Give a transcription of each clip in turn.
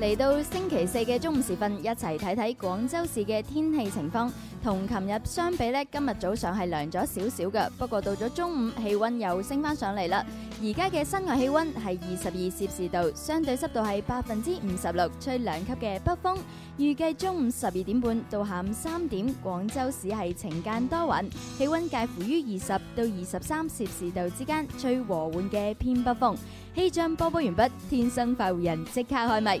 嚟到星期四嘅中午時分，一齊睇睇廣州市嘅天氣情況。同琴日相比呢，今日早上係涼咗少少嘅，不過到咗中午氣温又升翻上嚟啦。而家嘅室外氣温係二十二攝氏度，相對濕度係百分之五十六，吹兩級嘅北風。預計中午十二點半到下午三點，廣州市係晴間多雲，氣温介乎於二十到二十三攝氏度之間，吹和緩嘅偏北風。氣象播報完畢，天生快活人即刻開咪。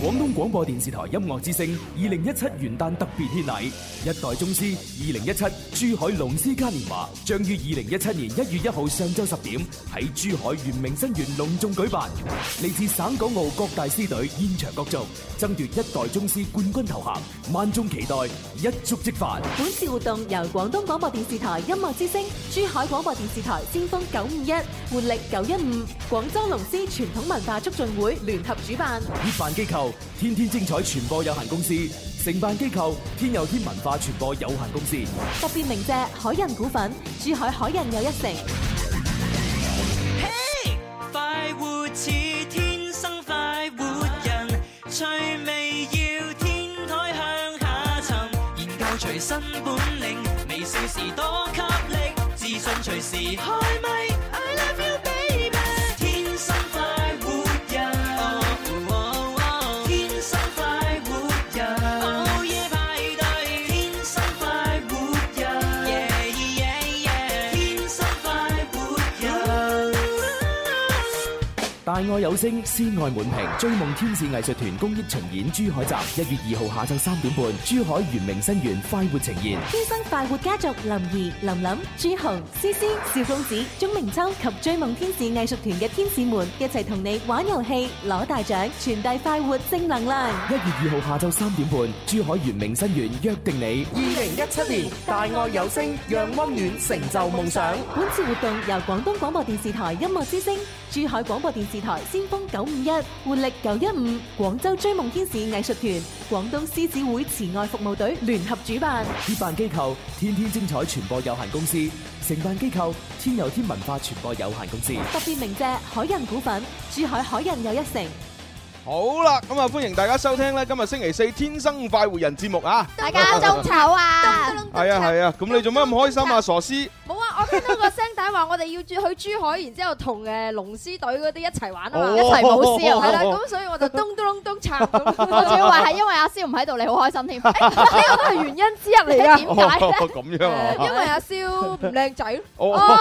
廣東廣播電視台音樂之聲二零一七元旦特別獻禮，一代宗師二零一七珠海龍獅嘉年華將於二零一七年一月一號上晝十點喺珠海圓明新園隆重舉辦，嚟自省港澳各大獅隊現場角逐，爭奪一代宗師冠軍頭銜，萬眾期待，一觸即發。本次活動由廣東廣播電視台音樂之聲、珠海廣播電視台先鋒九五一、活力九一五、廣州龍獅傳統文化促進會聯合主辦。協辦機構天天精彩傳播有限公司，承辦機構天有天文化傳播有限公司。特別鳴謝海印股份、珠海海印又一城。快活似天生快活人，趣味要天台向下沉，研究隨身本領，微笑時多給力，自信隨時開咪。I love you baby，天生快活人，哦哦天生快活人，哦午夜派對，天生快活人，yeah yeah yeah，天生快活人。大愛有聲，思愛滿屏。追夢天使藝術團公益巡演珠海站，一月二號下晝三點半，珠海圓明新園快活呈現。天生快活家族林兒、林琳、朱紅、思思、邵公子、鐘明秋及追夢天使藝術團嘅天使們一齊同你玩遊戲、攞大獎、傳遞快活正能量。一月二號下晝三點半，珠海圓明新園約定你。二零一七年大愛有聲，讓温暖成就夢想。本次活動由廣東廣播電視台音樂之聲、珠海廣播電視台先鋒九五一、活力九一五、廣州追夢天使藝術團、廣東獅子會慈愛服務隊聯合主辦。協辦機構天天精彩傳播有限公司，承辦機構天有天文化傳播有限公司。特別鳴謝海印股份、珠海海印又一城。好啦，咁啊，歡迎大家收聽咧，今日星期四《天生快活人》節目啊！大家中籌啊！係啊係啊，咁你做咩咁開心啊，傻 師？冇啊！我聽到個聲帶話，我哋要去珠海，然之後同誒龍獅隊嗰啲一齊玩啊嘛，哦一齊舞獅啊係啦，咁所以我 就咚咚咚撐咁。我我仲仲以以為為係係因為阿蕭唔喺度，你好開心添。呢個都係原因之一嚟㗎。點解咧？哦咁樣啊？ 因為阿蕭唔靚仔咯，哦，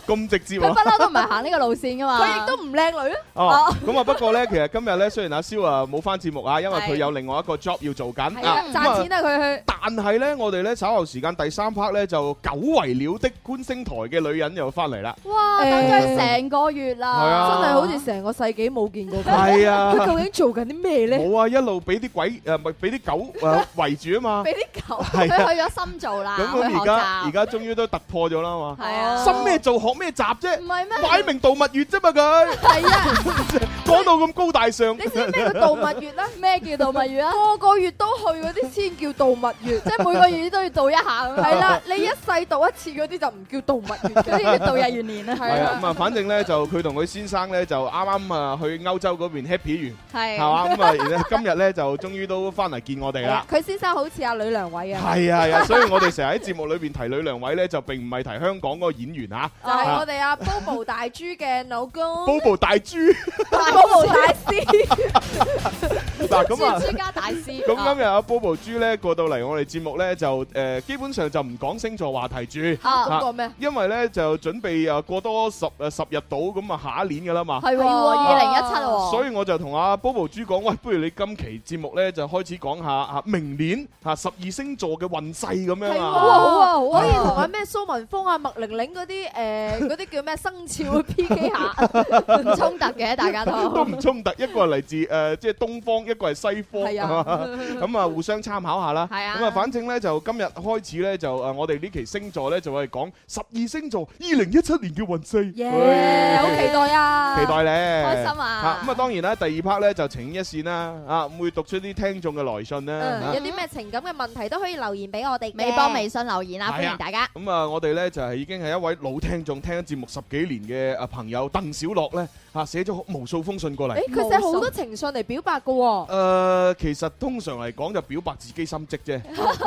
咁直接佢啊不！嬲都唔係行呢個路線噶嘛。佢亦都唔靚女咯。哦，咁啊，不過咧，其實今日咧，雖然阿蕭啊冇翻節目啊，因為佢係有另外一個 job 要做緊係啊啊，，賺錢啊佢去。但係咧，我哋咧稍後時間第三 part 咧就久違了的觀星台嘅女人又翻嚟啦，哇，等咗成個月啦。係啊真係好似成個世紀冇見 過佢。係啊佢究竟做緊啲咩咧？冇啊，一路俾啲鬼誒，咪俾啲狗誒圍住啊嘛， 俾啲狗係啊，佢去咗深造啦，咁去咁學而家而習。家終於都突破咗啦嘛，係啊，心咩做學咩習啫唔，係咩？擺明度蜜月啫嘛佢，係啊， 講到咁高大上 你，知唔知咩叫度蜜月咧？咩叫度蜜月啊？個個月都去嗰啲先叫度 蜜月。即係每個月都要度一下咁樣。係啦，你一世度一次嗰啲就唔叫度蜜月嘅，嗰啲叫度日如年啊。係啊，咁啊，反正咧就佢同佢先生咧就啱啱啊去歐洲嗰邊 happy 完，係係。嘛，咁啊，然後今日咧就終於都翻嚟見我 哋啦。佢先生好似阿呂良 偉啊，係啊係啊，所以我哋成日喺節目裏邊提女良偉咧，就並唔係提香港嗰個演員啊就係我哋阿 Bobo 大豬嘅老公 ，Bobo 大豬 Bobo 大師。嗱咁啊。專家大 師。咁今日阿 Bobo 豬咧過到嚟我哋節目咧就誒基本上就唔講星座話題住，啊講過咩？因為咧就準備誒過多十誒十日到咁啊下一年噶啦嘛，係喎，二零一七哦喎。所以我就同阿 Bobo 豬講，喂，不如你今期節目咧就開始講下啊明年嚇十二星座嘅運勢咁樣哇啊。 好啊，好啊，可以同阿咩蘇文峰 啊、麥玲玲嗰啲誒嗰啲叫咩生肖 P K 下，唔衝突嘅，大家都。好多唔衝突，一個係嚟自誒即係東方，一個係西方，係啊咁啊互相參考下啦。係啊咁啊，反正咧就今日開始咧就誒我哋呢期星座咧就係講十二星座二零一七年嘅運勢。耶，好期待啊！期待咧，開心啊嚇咁啊，當然啦，第二 part 咧就情一線啦，啊，會讀出啲聽眾嘅來信啦。嚇嗯，有啲咩情感嘅問題都可以留言俾我哋嘅。微博、微信留言啦，係啊歡迎大家。咁啊，我哋咧就係已經係一位老聽眾，聽咗節目十幾年嘅啊朋友鄧小樂咧，嚇寫咗無數封信過嚟。誒，佢寫好多情信嚟表白嘅喎。誒，其實通常嚟講就表白自己心跡啫，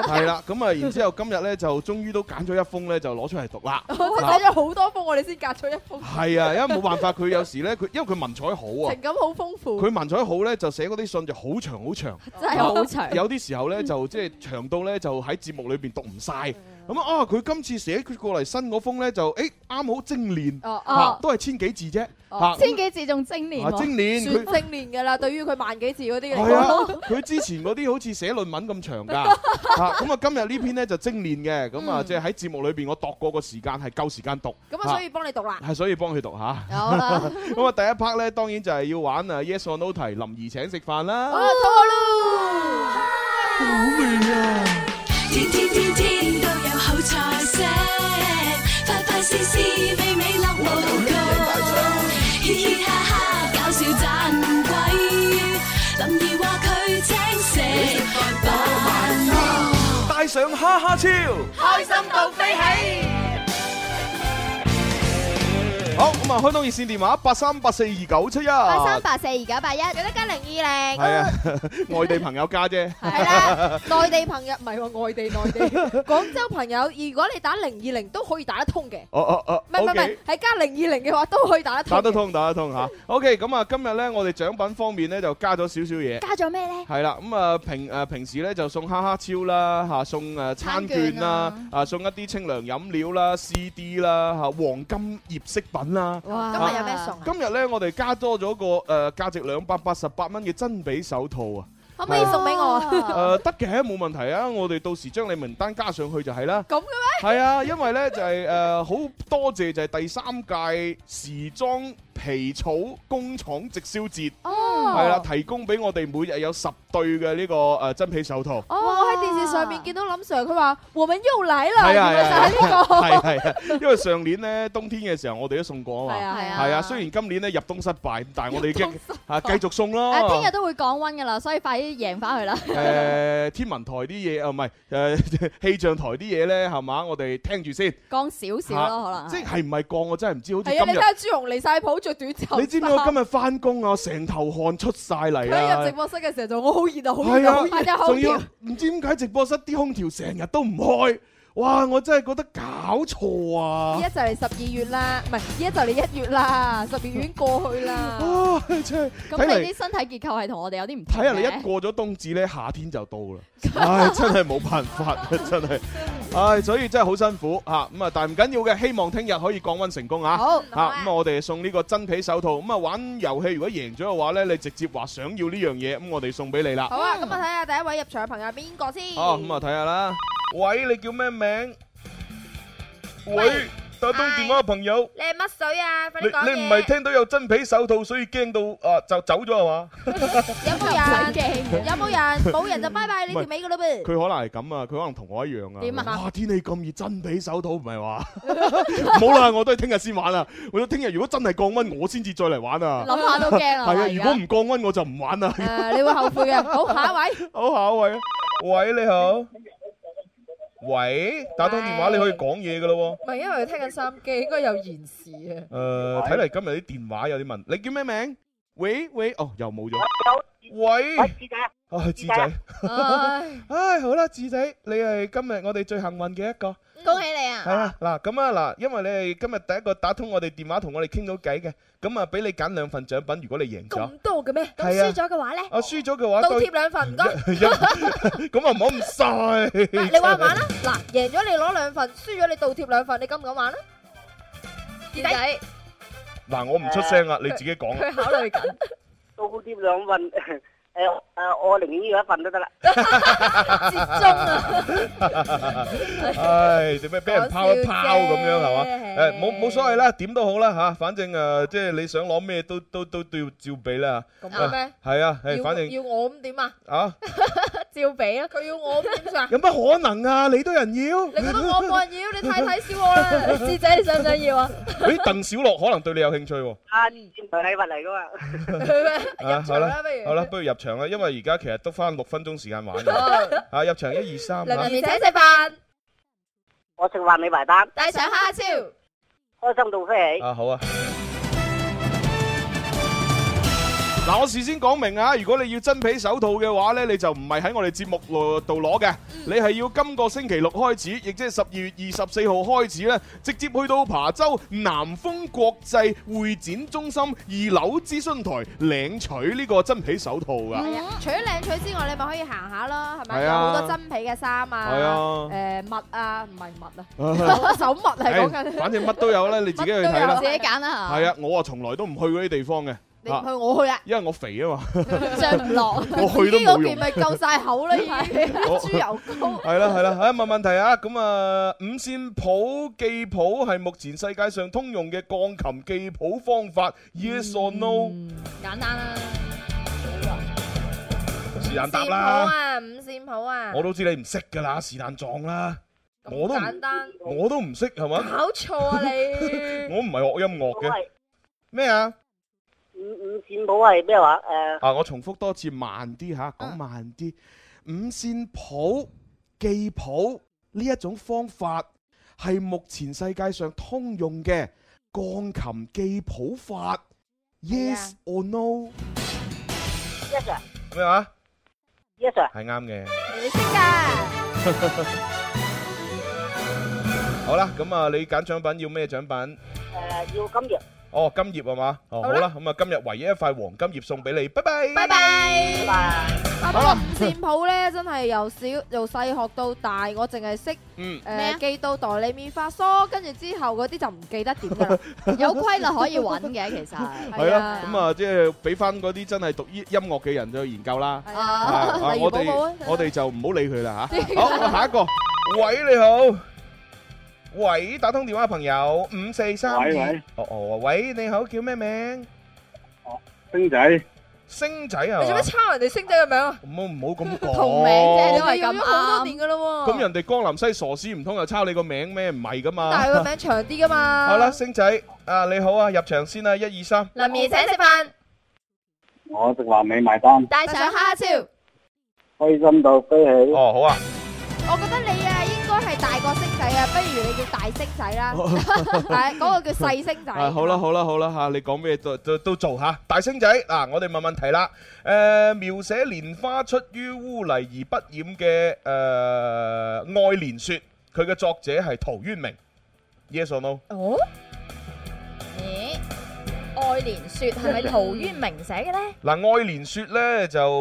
係啦。咁啊，然之後今日咧就終於都揀咗一封咧，就攞出嚟讀啦。我真係寫咗好多封，我哋先隔咗一封。係啊，因為冇辦法，佢有時咧，佢因為佢文采好啊情，感好豐富，佢文采好咧，就寫嗰啲信就好長好長。啊真係好長。有啲時候咧就即係長到咧就喺節目裏邊讀唔晒。咁啊，啊佢今次寫佢過嚟新嗰封咧就誒啱好精煉，哦哦啊都係千幾字啫，啊千幾字仲精年啊精煉算佢。正年㗎啦。對於佢萬幾字嗰啲嚟係講，啊，佢之前嗰啲好似寫論文咁長㗎，啊咁啊今日呢篇咧就精煉嘅，咁啊即係喺節目裏邊我度過個時間係夠時間讀，咁啊，所以幫你讀啦。係所以幫佢讀下。好啦， 咁啊第一 part 咧當然就係要玩啊 Yes or No 題，林怡請食飯好啦。啦，到我咯。天天天天都有好菜色，快快試試美美樂無窮，嘻嘻哈哈搞笑盞鬼，林兒話佢請食飯咯。帶上哈哈超，開心到飛起。好咁啊開通熱線電話八三八四二九七一，八係三八四二九八一，記得加零二零。啊 外地朋友加啫。係啦，內地朋友唔係喎，外地內地廣州朋友，如果你打零二零都可以打得通嘅，哦哦哦唔 Vâng, 係唔係唔，OK 係。，係加零二零嘅話都可以打得通。打得，通，打得通吓。OK，咁啊，今日咧我哋獎品方面咧就加咗少少嘢。加咗咩咧？係啦，咁啊平誒平時咧就送哈哈超啦，嚇送誒餐券啦，啊送一啲清涼飲料啦、CD 啦、嚇黃金葉飾品啦。哇今日有咩送？啊？今日咧我哋加多咗個誒價值兩百八十八蚊嘅真比手套啊！可唔可以送俾我啊？誒得嘅，冇問題啊！我哋到時將你名單加上去就係啦。咁嘅咩？係啊，因為咧就係誒好多謝就係第三屆時裝皮草工廠直銷節哦係啦，。提供俾我哋每日有十對嘅呢個誒真皮手套。哦，我喺電視上面見到林 Sir，佢話我們又嚟啦，係原啊來就係呢個。 係係係，因為上年咧冬天嘅時候我哋都送過啊係嘛。啊係啊。係啊，雖然今年咧入冬失敗，但係我哋已經咁 啊繼續送咯。誒，聽日都會降温噶啦，所以快啲贏 翻佢啦。誒天文台啲嘢啊，唔係誒 氣象台啲嘢咧，係嘛？我哋聽住先，降少少咯，可能即係。係唔係降我真係唔知，好係似啊，你今睇日。下朱紅嚟晒鋪着短袖。你知唔知我今日翻工啊？成頭汗出晒嚟佢入直啊！播室嘅時候就我好熱啊，好係熱啊，好啊，熱啊，好仲熱要啊。唔知點解直播室啲空調成日都唔開，哇！我真係覺得搞錯啊！依家就嚟十二月啦，唔係依家就嚟一月啦，十二月已經過去啦。啊，真係咁睇嚟你啲身體結構係同我哋有啲唔同睇下你嘅一過咗冬至咧，夏天就到啦。唉，真係冇辦法，真係。唉，所以真係好辛苦嚇。咁啊，但係唔緊要嘅，希望聽日可以降温成功啊！好嚇咁啊，我哋送呢個真皮手套。咁啊，玩遊戲如果贏咗嘅話咧，你直接話想要呢樣嘢，咁我哋送俾你啦。好啊，咁啊睇 à, 下第一位入場嘅朋友係邊個先。哦，咁啊，睇下啦。喂，你叫咩名？喂，打通電話嘅朋友，你係乜水啊？à, 快你啲講嘢你唔係聽到有真皮手套，所以驚到啊就走咗係嘛？有唔冇使驚人？嘅。有冇人？冇人就拜拜你條唔係尾噶啦噃佢。可能係咁啊，佢可能同我一樣啊。點啊哇！天氣咁熱，真俾手套唔係話。 冇啦，我都係聽日先玩啦。我到聽日如果真係降温，我先至再嚟玩啊。諗下都驚啊！係啊，而如家果唔降温，我就唔玩啊啦。誒，你會後悔嘅。好，下一位。好，下一位啊，喂，你好。喂，打通電話喂你可以講嘢噶咯唔係因為佢聽緊收音機，應該有延時啊。à. 喎。誒，睇嚟今日啲電話有啲問。你叫咩名？喂喂，哦，又冇咗。喂，智仔。啊，智仔。 唉，唉，好啦，智仔，你係今日我哋最幸運嘅一個。恭喜你啊！系 À. 啊，嗱咁啊，嗱，因為你係今日第一個打通我哋電話同我哋傾到偈嘅，咁啊俾你揀兩份獎品，如果你贏咗，咁多嘅咩？係啊咁輸咗嘅話咧，啊輸咗嘅話，倒貼兩份唔該。當咁啊唔好咁衰，唔係你玩唔玩啦？嗱，贏咗你攞兩份，輸咗你倒貼兩份，你敢唔敢玩啊？二仔，嗱我唔出聲啦，你自己講啦，佢考慮緊。倒貼兩份，诶诶，我寧願要一份都得啦。à. 唉，做咩俾人拋一拋咁樣係嘛？講笑啫誒冇冇所謂啦，點都好啦嚇，反正誒即係你想攞咩都都都都要照俾啦。咁嘅咩係啊，誒，要-反正要我咁點啊？啊，照俾啊，佢要我咁點算啊？有乜可能啊？你都有人要？你覺得我冇人要，你太睇小我啦。師姐，你想唔想要啊？ 誒，鄧小樂可能對你有興 趣喎。啊，唔係禮物嚟噶嘛。Ừ. 啊，好啦不如，好啦，不如入場啦，因為而家其實得翻六分鐘時間玩嘅。好啊，入場一二三梁文嚇。傑請食飯，我食飯你埋單，帶上哈哈超。開心到飛起。啊，好啊。嗱，我事先講明啊，如果你要真皮手套嘅話呢，你就唔係喺我哋節目度攞嘅，嗯你係要今個星期六開始，亦即係十二月二十四號開始呢，直接去到琶洲南豐國際會展中心二樓諮詢台領取呢個真皮手套噶。嗯除咗靚取之外，你咪可以行下咯，係咪？係啊。有好多真皮嘅衫啊，係啊。 誒，襪啊，唔係襪啊，唉手襪嚟講緊。 反正乜都有呢，你自己去睇啦。自己揀啦，係嘛？係 啊，我啊從來都唔去嗰啲地方嘅。你唔去啊我去啊因為我肥啊嘛。上唔落。 我去都冇用。自己嗰件咪夠晒口啦，已經。我-豬油膏。系啦系啦，啊問問題啊，咁啊五線譜記譜係目前世界上通用嘅鋼琴記譜方法，yes or 嗯 no？是但答啦，五線譜啊，五線譜啊。我都知你唔識㗎啦，是但撞啦，我都唔簡單。我都唔識係嘛？搞錯啊，你。我唔係學音樂嘅，咩啊？五五線譜係咩話？啊诶，啊我重複多次慢啲吓，講慢啲，五線譜記譜呢一種方法係目前世界上通用嘅鋼琴記譜法，yes or no？啊 Yes sir，咩話？ Yes sir，系啱嘅。你識㗎。好啦，咁啊，你揀獎品要咩獎品？诶，要金葉。哦，金葉係嘛？哦，好啦，咁啊，今日唯一一塊黃金葉送俾你，拜拜。拜拜。啊，不過五線譜呢，真係由小-由細學到大，我淨係識，嗯。誒，咩啊？記到哆唻咪發嗦，跟住之後嗰啲就唔記得點㗎啦。有規律可以揾嘅，其實。 係啦，咁啊，即係俾翻嗰啲真係讀音音樂嘅人去研究啦。係啊啊例如我 寶寶啊哋我哋就唔好理佢啦 點解吓。好，下一個，喂，你好。喂，打通電話嘅朋友，五四三喂喂二。哦哦，喂，你好，叫咩名？星仔，星仔啊？你做咩抄人哋星仔嘅名啊？唔好唔好咁講。同名啫，都係咁啱。哦咁人哋江南西傻師唔通又抄你個名咩？唔係噶嘛。但係佢個名長啲㗎嘛。 好啦，星仔啊，你好啊，入場先啦，一二三，林兒請食飯，帶上蝦超。我食饭你埋单，开心到飞起。哦，好啊。à, 我覺得你啊，應該係大個星仔啊，不如你叫大星仔啦。 係，嗰個叫細星仔。啊，好啦好啦好啦吓，你講咩都都都做吓，大星仔嗱，我哋問問題啦。誒、描寫蓮花出於污泥而不染嘅誒、愛蓮說，佢嘅作者係陶淵明。Yes or no？咦，愛蓮說係咪陶淵明寫嘅呢？嗱，愛蓮說呢，就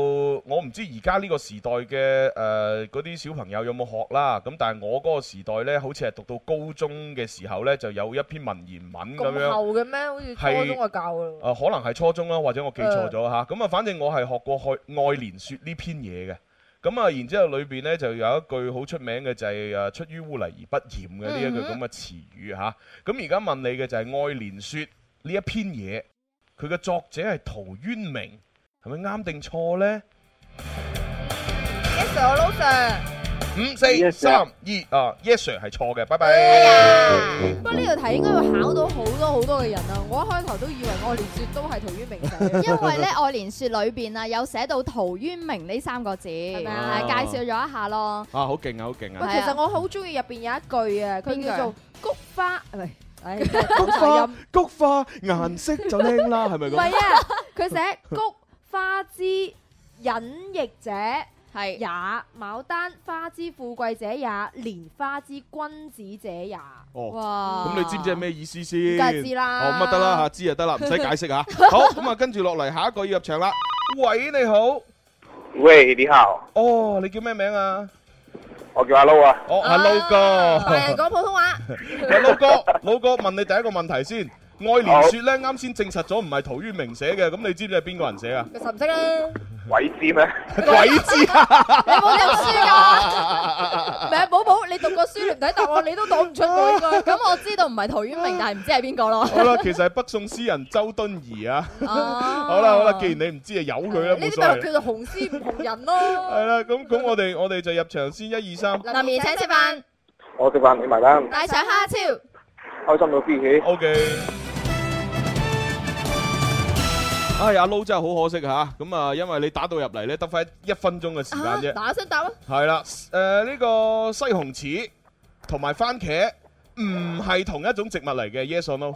我唔知而家呢個時代嘅誒嗰啲小朋友有冇學啦，咁但係我嗰個時代呢，好似係讀到高中嘅時候呢，就有一篇文言文咁樣。咁厚嘅咩？好似初中就教㗎啦。啊，可能係初中啦，或者我記錯咗呃嚇。咁啊，反正我係學過《愛愛蓮説》呢篇嘢嘅。咁啊，然之後裏邊呢，就有一句好出名嘅就係誒出於污泥而不染嘅呢一嗯句咁嘅詞語嚇。咁而家問你嘅就係《愛蓮説》呢一篇嘢，佢嘅作者係陶淵明，係咪啱定錯呢？ Yes sir，no sir。五四三二啊，yes sir 係錯嘅，拜拜。不過呢道題應該會考到好多好多嘅人啊！我一開頭都以為愛連雪都係陶淵明寫，因為咧，《愛蓮説》裏邊啊有寫到陶淵明呢三個字，係咪啊介紹咗一下咯。啊，好勁啊，好勁喂，Dạ. 啊！其實我好中意入邊有一句 à, 啊，佢叫做菊花，喂，唉，菊菊花，菊花顏色就靚啦，係咪唔咁？係啊，佢寫菊花之隱逸者。係也，牡丹花之富貴者也，蓮花之君子者也。哦，咁你知唔知係咩意思先？梗係知啦哦，咁啊得啦吓，知就得啦，唔使解釋吓。好，咁啊跟住落嚟下一個要入場啦。喂，你好。喂，你好，哦，你叫咩名啊？我叫阿 Low 啊。à, À, 哦，阿 Low 大人哥。啊講普通話，Dạ, 喂，Low 哥，Low 哥問你第一個問題先。愛連説咧，啱先證實咗唔係陶淵明寫嘅，咁你知唔知係邊個人寫啊？你實唔識啦，鬼知咩？鬼知啊！ 你冇讀 書㗎，唔係啊，寶寶，你讀過書，你唔睇答案，你都讀唔出喎應 該。咁我知道唔係陶淵明，但係唔知係邊個咯。好啦，其實係北宋詩人周敦頤啊。哦好啦好啦，既然你唔知啊，由佢啦，呢冇啲所咪謂。叫做紅絲唔紅人咯。 係啦，咁咁我哋我哋就入場先，一二三。林怡請食飯，我食飯你埋單，帶上蝦超。開心到飛起。 O K。哎呀，撈真係好可惜吓，咁啊，因為你打到入嚟咧，得翻一分鐘嘅時間啫。啊嗱聲答啦，係啦，誒呢個西紅柿同埋番茄唔係同一種植物嚟嘅，yes or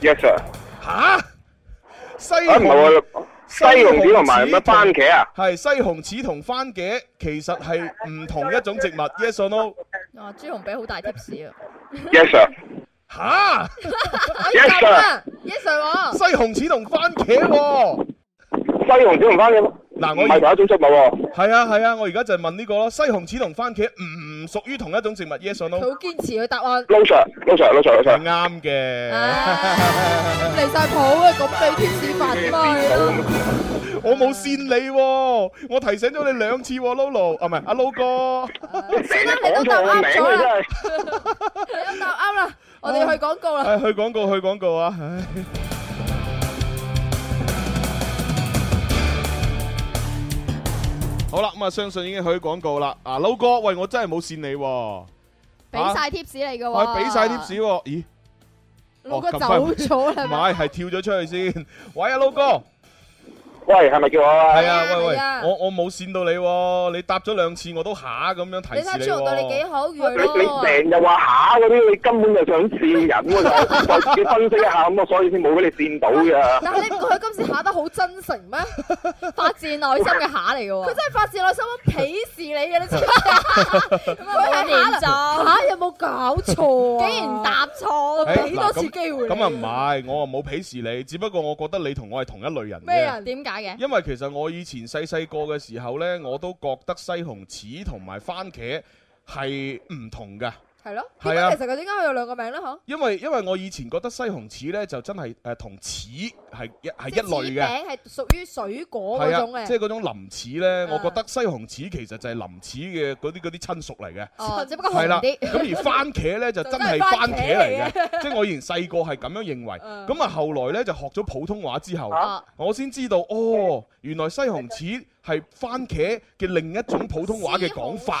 Yes sir。 no？嚇？西啊唔係紅喎，西紅柿同埋乜番茄啊？？係西紅柿同番茄其實係唔同一種植物，yes or no？哇，朱紅俾好大 tips 啊！ Yes sir。吓？Yes sir，Yes sir 喎。西紅柿同番茄喎。西紅柿同番茄嗱，我唔係同一種植物喎。係啊係啊，我而家就係問呢個咯，西紅柿同番茄唔屬於同一種植物，yes or no？佢好堅持佢答案，撈 sir，撈 sir，撈 sir，撈 sir。啱嘅。À. 離晒譜啊！咁俾 tips 法點啊你都？我冇扇你喎，我提醒咗你兩次喎，Lolo，啊唔係阿 Lo 哥。算啦，你都答啱咗啦，你都答啱啦，我 Ờ. 哋去廣告啦。唉去廣告，去廣告啊！唉好啦，咁啊，相信已經去廣告啦。啊，Lo 哥，喂，我真係冇扇你喎，俾晒 tips 你嘅我喎，哎俾晒 tips 喎，咦？ Lo 哥哦咁快走咗啦唔係，係跳咗出去先。喂啊，Lo 哥，喂，係咪叫我啊？係啊，喂係啊喂，我我冇扇到你喎，你答咗兩次我都下咁樣提你示睇你朱紅對你幾喎。好，你預咯。你成日話下嗰啲，你根本就想扇人喎，就要分析一下咁啊，所以先冇俾你扇到㗎。但係你唔覺得佢今次下得好真誠 咩？發自內心嘅下嚟嘅佢喎真。係發自內心咁鄙視你嘅，你知唔知？佢係下咁 啦，嚇有冇搞錯啊？竟然答錯誒俾多哎嗱次咁機會你。咁啊唔係，我啊冇鄙視你，只不過我覺得你同我係同一類人啫。咩 人點解嘅？因為其實我以前細細個嘅時候呢，我都覺得西紅柿同埋番茄係唔同㗎，係咯，係啊點解其實佢點解佢有兩個名咧？嗬？因為因為我以前覺得西紅柿呢，就真係誒同柿係一係即一類嘅。係屬於水果係嗰種啊，嘅，即係嗰種林柿呢，我啊覺得西紅柿其實就係林柿嘅嗰啲嗰啲親屬嚟嘅。哦，只不過係紅啦，啲。咁而番茄咧就真係番茄嚟嘅，即係我以前細個係咁樣認為。咁啊後來咧就學咗普通話之後啊，我先知道哦，原來西紅柿係番茄嘅另一種普通話嘅講法。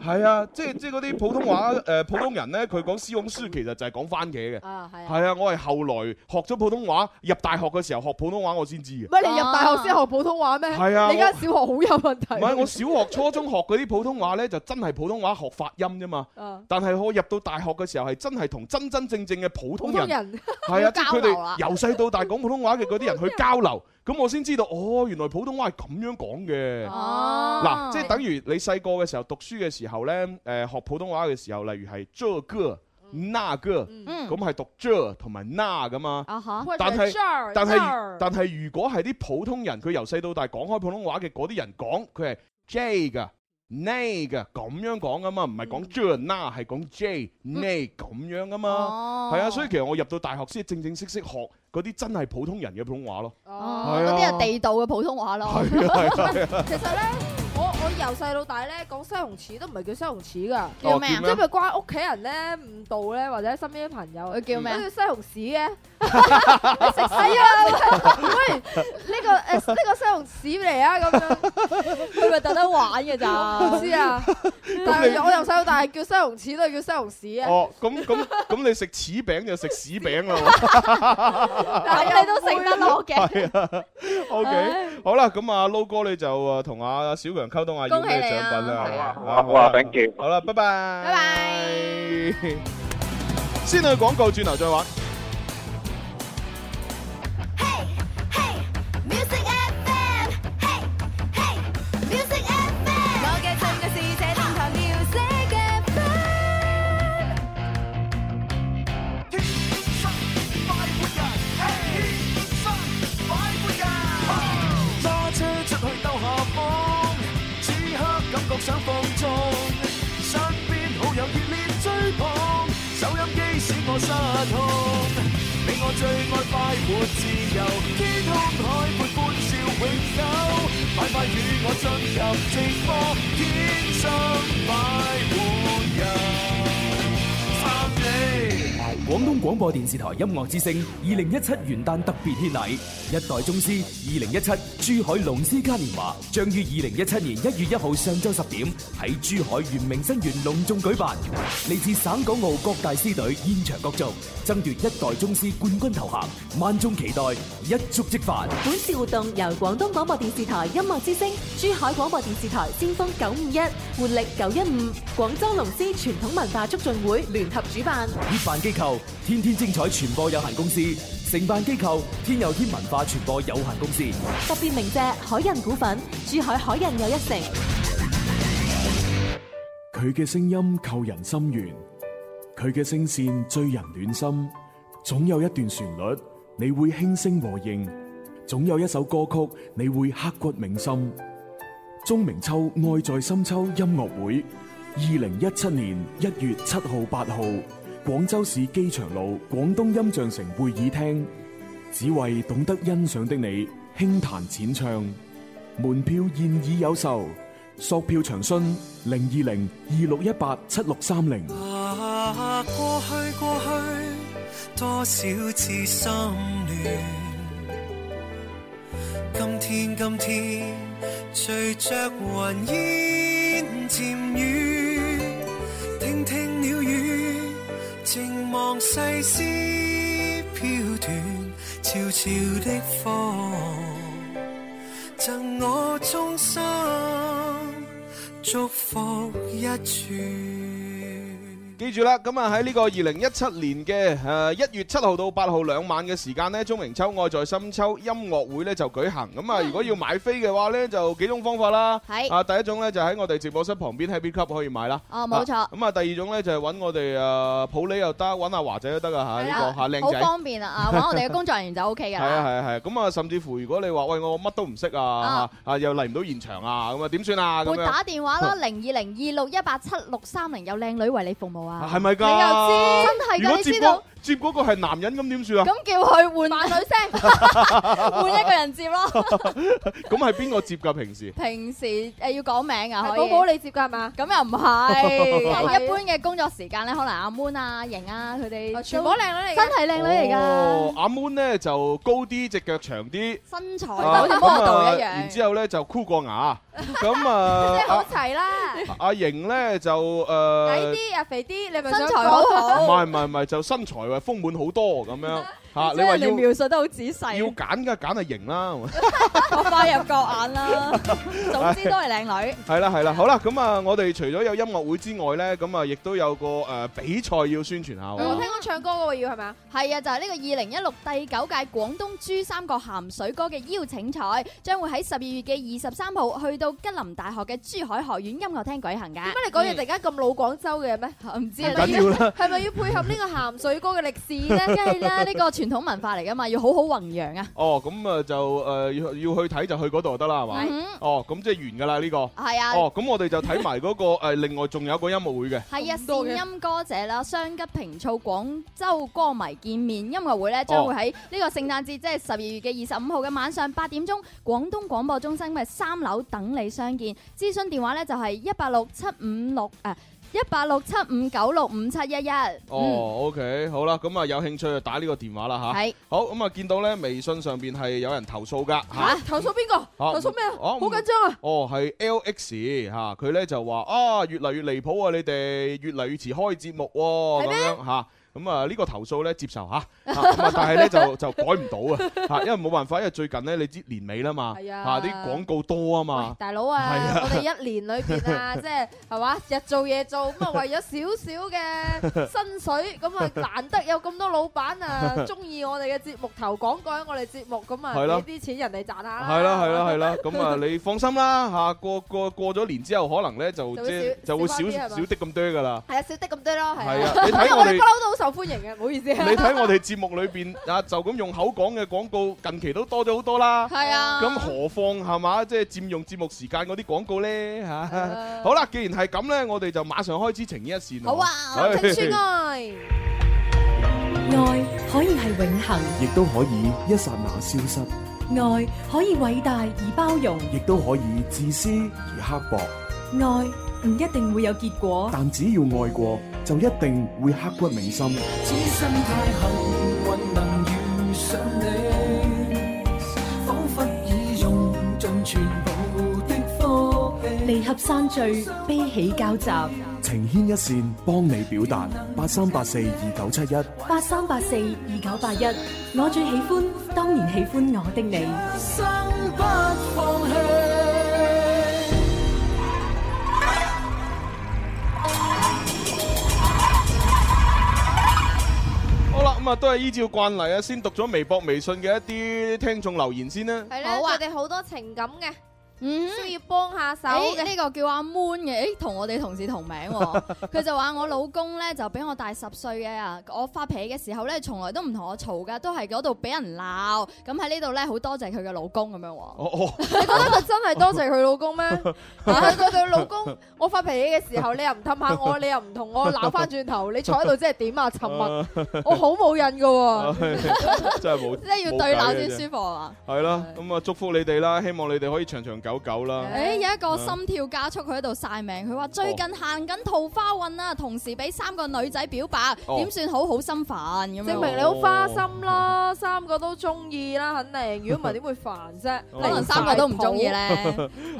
係啊，即係即係嗰啲普通話誒普通人咧，佢講西紅柿其實就係講番茄嘅。啊嗯係啊。係啊，我係後來學咗普通話，入大學嘅時候學普通話我先知嘅唔。係你入大學先學普通話嗯咩？係啊你間我小學好有問題。唔係，我小學、初中學嗰啲普通話咧，就真係普通話學發音啫嘛。啊但係我入到大學嘅時候，係真係同真真正正嘅普普通通人，人係啊，即係佢交流啦哋由細到大講普通話嘅嗰啲人去交流，咁我先知道，哦，原來普通話係咁樣講嘅。哦嗱，即係等於你細個嘅時候讀書嘅時候咧，誒、學普通話嘅時候，例如係這個、那個，嗯咁係讀這同埋那噶嘛。啊哈，但係但係但係如果係啲普通人，佢由細到大講開普通話嘅嗰啲人講，佢係 J 噶。nay 噶咁樣講噶嘛，唔係講 j na 係講 j nay 咁樣噶嘛，係啊，所以其實我入到大學先正正式式學嗰啲真係普通人嘅普通話咯，哦，係啊嗰啲係地道嘅普通話 咯。係啊其實咧，我我由細到大咧講西紅柿都唔係叫西紅柿㗎，叫咩啊即係咪關屋企人咧誤導咧，或者身邊啲朋友佢叫咩啊都叫西紅柿嘅，你食屎啊！喂，呢個誒呢個西紅柿嚟啊咁樣，佢咪特登玩嘅咋 唔知啊。但係我由細到大叫西紅柿都係叫西紅柿啊，哦，咁咁咁你食柿餅就食屎餅 啦但係你都食得落嘅。喎，係啊，OK，好啦，咁啊撈哥你就啊同阿小強溝通下要恭喜咩你獎啊品係啦啊，好啊哇哇，thank you。好啦，拜拜。拜拜。 先去廣告，轉頭再玩。 Music FM，嘿嘿，Music FM，我嘅最愛是這電台 Music FM。天生快活人，天生快活人。揸車出去兜下風，此刻感覺想放縱，身邊好友熱烈追捧，收音機使我失控。最愛快活自由，天空海闊歡笑永久，快快與我進入直播，天生快活人。广东广播电视台音乐之声二零一七元旦特别献礼，一代宗师二零一七珠海龙狮嘉年华将于二零一七年一月一号上昼十点喺珠海圆明新园隆重举办，嚟自省港澳各大狮队现场角逐，争夺一代宗师冠军头衔，万众期待，一触即发。本次活動由廣東廣播電視台音樂之聲、珠海廣播電視台先鋒九五一、活力九一五、廣州龍獅傳統文化促進會聯合主辦。協辦機構天天精彩傳播有限公司，承辦機構天有天文化傳播有限公司。特別鳴謝海印股份、珠海海印又一城。佢嘅聲音扣人心弦，佢嘅聲線醉人暖心。總有一段旋律你會輕聲和應，總有一首歌曲你會刻骨銘心。鐘明秋愛在深秋音樂會，二零一七年一月七號、八號，廣州市機場路廣東音像城會議廳，只為懂得欣賞的你輕彈淺唱。門票現已有售，索票詳詢零二零二六一八七六三零。啊，過去過去，多少次心亂。今天今天，隨着雲煙漸遠，聽聽鳥語，靜望世事飄斷，悄悄的放，贈我衷心祝福一串。記住啦，咁啊喺呢個二零一七年嘅誒一月七號到八號兩晚嘅時間呢，鐘明秋愛在深秋音樂會呢就舉行。咁啊，如果要買飛嘅話呢，就幾種方法啦。係啊，第一種呢就喺我哋直播室旁邊 Happy Club 可以買啦。哦冇錯啊咁啊，第二種呢就係揾我哋誒普洱又得，揾阿華仔都得啊嚇，呢個嚇靚好仔。方便啊！啊，揾我哋嘅工作人員就 O K 㗎係啊係啦。啊係啊，咁啊甚至乎如果你話喂我乜都唔識啊啊又嚟唔到現場啊咁啊點算啊撥咁打樣電 話啦，零二零二六一八七六三零有靚女為你服務啊！係咪㗎？你如又果知，真係㗎，你接知嗰道。接嗰個係男人咁點算啊？咁叫佢換 女聲，換一個人 接咯。咁係邊個接㗎？平時？平時誒要講名啊，係可以。寶寶你接㗎係嘛？咁又唔 係，一般嘅工作時間咧，可能阿 Moon 啊、瑩啊佢哋全部靚女嚟㗎真係靚女嚟㗎，哦，阿 Moon 咧就高啲，只腳長啲。身材啊好似咁 model 啊一然樣，之後咧就箍過 牙，咁啊阿齊啦，阿瑩咧就誒矮啲啊，肥啲，你咪身材好唔好。係唔係唔係就身材啊豐滿好多咁 樣嚇，即話係要你描述得好仔要細，揀嘅揀係型啦。 我花入角眼啦。總之都係靚女。係啦係啦，好啦，咁啊，我哋除咗有音樂會之外咧，咁啊，亦都有個誒比賽要宣傳下喎。嗯我聽講唱歌嗰個要係咪啊？係啊，就係呢個二零一六第九屆廣東珠三角鹹水歌嘅邀請賽，將會喺十二月嘅二十三號去到吉林大學嘅珠海學院音樂廳舉行㗎。點解你講嘢突然間咁老廣州嘅咩？唔知係啊咪緊要要啦係咪要配合呢個鹹水歌嘅歷 史梗咧？係啦，呢個傳統文化嚟㗎嘛，要好好弘揚啊！哦，咁啊就誒要要去睇就去嗰度就得啦，係嘛嗯？哦，咁即係完㗎啦呢個。係啊哦，咁我哋就睇埋嗰個 誒另外仲有個音樂會嘅。係啊，咁多嘅善音歌者啦，雙吉平噪廣州歌迷見面音樂會哦咧，將會喺呢個聖誕節，即係十二月嘅二十五號嘅晚上八點鐘，廣東廣播中心嘅三樓等你相見。諮詢電話咧就係一八六七五六誒一八六七五九六五七一一。嗯，哦，OK，好啦，咁啊有興趣就打呢個電話啦吓，係好，咁啊見到咧微信上邊係有人投訴㗎吓。嚇投訴邊個？啊投訴咩啊？哦好緊張啊！哦，係 L X 嚇，佢咧就話啊，越嚟越離譜啊！你哋越嚟越遲開節目喎，咁樣嚇。咁啊，呢個投訴咧接受嚇，啊咁啊但係咧 就就改唔到啊，嚇，因為冇辦法，因為最近咧你知年尾啦嘛，係啊嚇啲廣告多啊嘛，大佬啊，我哋一年裏 邊啊，即係係嘛，日做夜做，咁啊為咗少 少嘅薪水，咁啊難得有咁多老 闆啊中意我哋嘅節目投廣告喺我哋節目，咁係咯啊俾啲錢人哋賺下啦。係啦係啦係啦，咁啊你放心啦嚇，過過過咗年之後，可能咧就就即會係少就會少少翻啲係嘛少啲咁多㗎啦。係啊，少得咁多咯，係係啊你睇 我哋因為不嬲都好受歡迎嘅，唔好意思啊。你睇我哋節目裏邊啊，就咁用口講嘅廣告，近期都多咗好多啦。係啊咁何況係嘛，即係佔用節目時間嗰啲廣告咧嚇。好啦，既然係咁咧，我哋啊哎就馬上開始情意一線啦。好啊，唉陳宣愛。爱可以係永恒，亦都可以一刹那消失，愛可以偉大而包容，亦都可以自私而刻薄。愛唔一定會有結果。但只要愛過，就一定會刻骨銘心。此生太幸運能遇上你，彷彿已用盡全部的福氣。離合散聚，悲喜交集。情牽一線，幫你表達。八三八四二九七一。八三八四二九八一，我最喜歡，當然喜歡我的你。一生不放棄。 好啦，咁啊都系依照慣例啊，先讀咗微博、微信嘅一啲聽眾留言先啦。系咧，佢哋好多情感嘅，嗯需要幫下手誒嘅。呢個叫阿 Moon 嘅，誒同我哋同事同名喎。佢就話我老公咧就比我大十歲嘅啊，我發脾氣嘅時候咧，從來都唔同我嘈噶，都係嗰度俾人鬧。咁喺呢度咧，好多謝佢嘅老公咁樣喎。哦哦，你 覺得佢真係多謝佢老公咩？佢佢對老公，我發脾氣嘅時候，你又唔氹下我，你又唔同我鬧翻轉頭，你坐喺度即係點啊？沉 默，我好冇癮噶 喎，真係冇，即係要對鬧先舒服啊！系啦，咁啊祝福你哋啦，希望你哋可以長長久久啦。誒有一個心跳加速，佢喺度晒命，佢話最近行緊桃花運啊，同時俾三個女仔表白，哦點算好好心煩咁樣。證明你好花心啦，三個都中意啦，肯定。如果唔係點會煩 啫？哦可能三個都唔中意咧。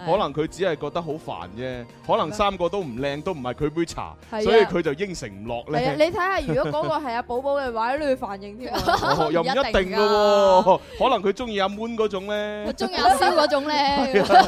可能佢只係覺得好煩啫，可能三個都唔靚，都唔係佢杯茶，係啊所以佢就應承唔落係啊，咧。你睇下，如果嗰個係阿寶寶嘅話，你會反 應添啊。哦又唔一定噶喎，可能佢中意阿 Moon 嗰種 咧。中意阿蕭嗰種咧。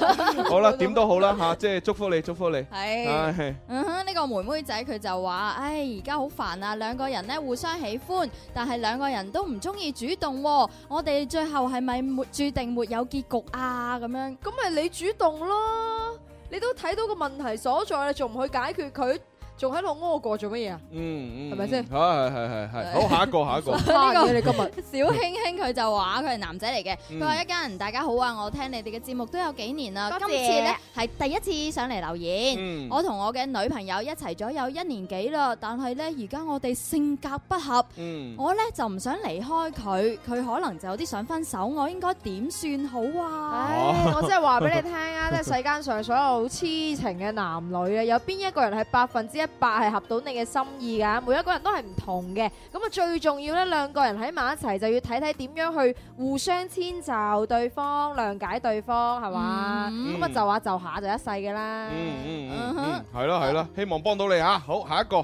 好啦，點都好啦吓，即係祝福你，祝福你。係唉嗯哼，呢、個妹妹仔佢就話：，唉，而家好煩啊！兩個人咧互相喜歡，但係兩個人都唔中意主動、喎。我哋最後係咪沒注定沒有結局啊？咁樣咁咪你主動咯，你都睇到個問題所在，你仲唔去解決佢，仲喺度屙過做乜嘢啊？嗯嗯，係咪先係係係係係，好下一個下一個。呢個嘢你今日。小卿卿佢就話佢係男仔嚟嘅，嗯佢話、一家人大家好啊！我聽你哋嘅節目都有幾年啦，今多謝次呢係第一次上嚟留言。嗯我同我嘅女朋友一齊咗有一年幾啦，但係呢，而家我哋性格不合， 嗯我呢就唔想離開佢，佢可能就有啲想分手，我應該點算好哦啊？唉，我真係話俾你聽 啊！即係係世間上所有痴情嘅男女啊，有邊一個人係百分之一百係合到你嘅心意㗎？每一個人都係唔同嘅。咁啊，最重要呢，兩個人喺埋一齊就要睇睇點樣去互相遷就對方、諒解對方，係嘛？嗯咁啊，就下就下就一世㗎啦。嗯嗯嗯，係啦係啦，希望幫到你吓。好，下一個。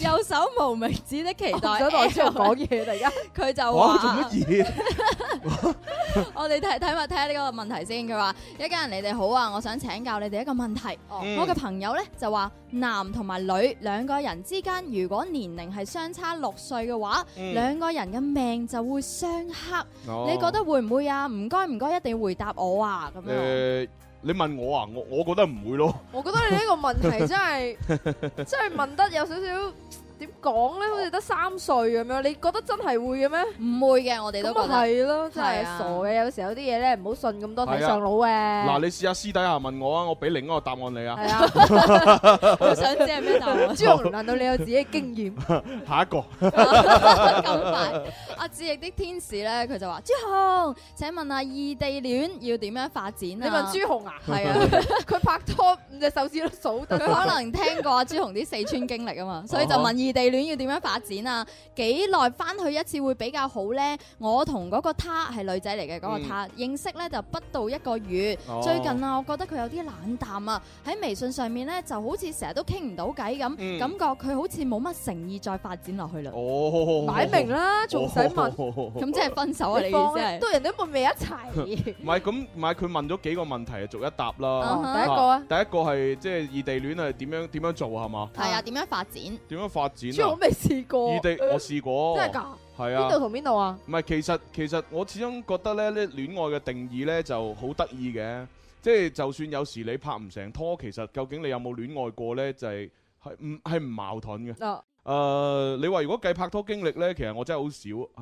右手無名指的期待， 哎我唔想同我之後講嘢啦而家佢就哇話做乜嘢？ 我哋睇睇埋睇下呢個問題先。佢話：一家人你哋好啊，我想請教你哋一個問題。嗯我嘅朋友呢就話，男同埋女兩個人之間，如果年齡係相差六歲嘅話，嗯兩個人嘅命就會相克。哦你覺得會唔會啊？唔該唔該，一定要回答我啊！咁樣。誒，你問我啊，我我覺得唔會咯。 我覺得你呢個問題真係 真係問得有少少點講呢？好似得三歲咁樣。你覺得真係會嘅咩？唔會嘅，我哋都覺得咁啊係咯，真係係啊傻嘅。有時候有啲嘢咧，唔好信咁多係啊睇上佬嘅。嗱，你試下私底下問我啊，我俾另一個答案你啊。係啊，我想知係咩答 案 朱紅，難道你有自己嘅經 驗？下一個。咁快！阿志翼的天使咧，佢就話：朱紅，請問下異地戀要點樣發展你啊？問朱紅啊？係啊， 佢拍拖五隻手指都數 得。佢可能聽過阿朱紅啲四川經歷啊嘛，所以就問異地戀要點樣發展啊？幾耐翻去一次會比較好呢？我同嗰個他係女仔嚟嘅嗰個他，認識呢就不到一個月。哦最近啊，我覺得佢有啲冷淡啊，喺微信上面呢就好似成日都傾唔到偈嗯咁，感覺佢好似冇乜誠意再發展落去啦。哦，擺明啦仲使問咁咁即係分手啊！你意思放啦係都人都冇未一 齊。唔係咁，唔係佢問咗幾個問題，逐一答啦嗯哼。第一個啊第一個係即係異地戀係點樣點樣做係嘛？係啊，點樣發展？點樣發展啊？朱紅未試過。異地呃我試過，真係㗎？係邊度同啊。邊度啊？唔係，其實其實我始終覺得咧，呢戀愛嘅定義咧就好得意嘅，即係就算有時你拍唔成拖，其實究竟你有冇戀愛過咧，就係係唔係唔矛盾嘅。啊誒、呃你話如果計拍拖經歷呢，其實我真係好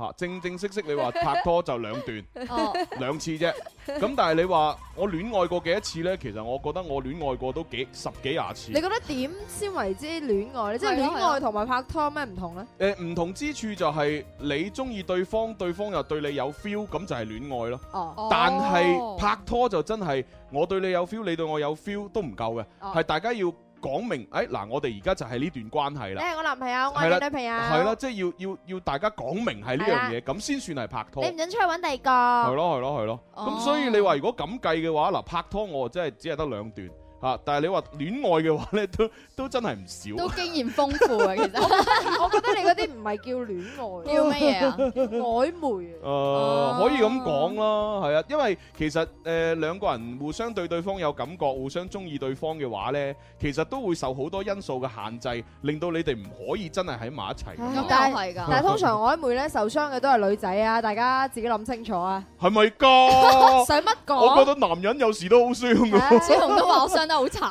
少嚇、正正式式你話拍拖就兩 段，哦兩次啫。咁但係你話我戀愛過幾多次呢？其實我覺得我戀愛過都幾十幾廿次。你覺得點先為之戀愛咧？即係係咯戀愛同埋拍拖有咩唔同咧？誒唔同之處就係你中意對方，對方又對你有 feel，咁就係戀愛咯。哦但係拍拖就真係我對你有 feel，你對我有 feel 都唔夠嘅，哦係大家要講明，誒嗱，我哋而家就係呢段關係你啦。係我啊男朋友，我係係啦，你女朋友，係啦，即係要要要大家講明係呢樣啊嘢，咁先算係拍拖。你唔係准出去揾第二個。咯係咯係咯，啊哦咁所以你話如果咁計嘅話，嗱拍拖我真係只係得兩段嚇，但係你話戀愛嘅話咧，都 都真係哦唔少。啊經驗豐 富啊，其實 我覺得你嗰啲唔係 叫戀愛，叫乜嘢啊曖昧啊。誒、呃可以咁講啦，係啊，因為其實誒、呃、兩個人互相對對方有感覺，互相中意對方嘅話呢，其實都會受好多因素嘅限制，令到你哋唔可以真係喺埋一齊。哦唉但係㗎 但係通常曖昧咧受傷嘅都係女仔啊，大家自己諗清楚啊。係咪 㗎？想乜講我覺得男人有時都好傷㗎喎。小紅都話我傷得好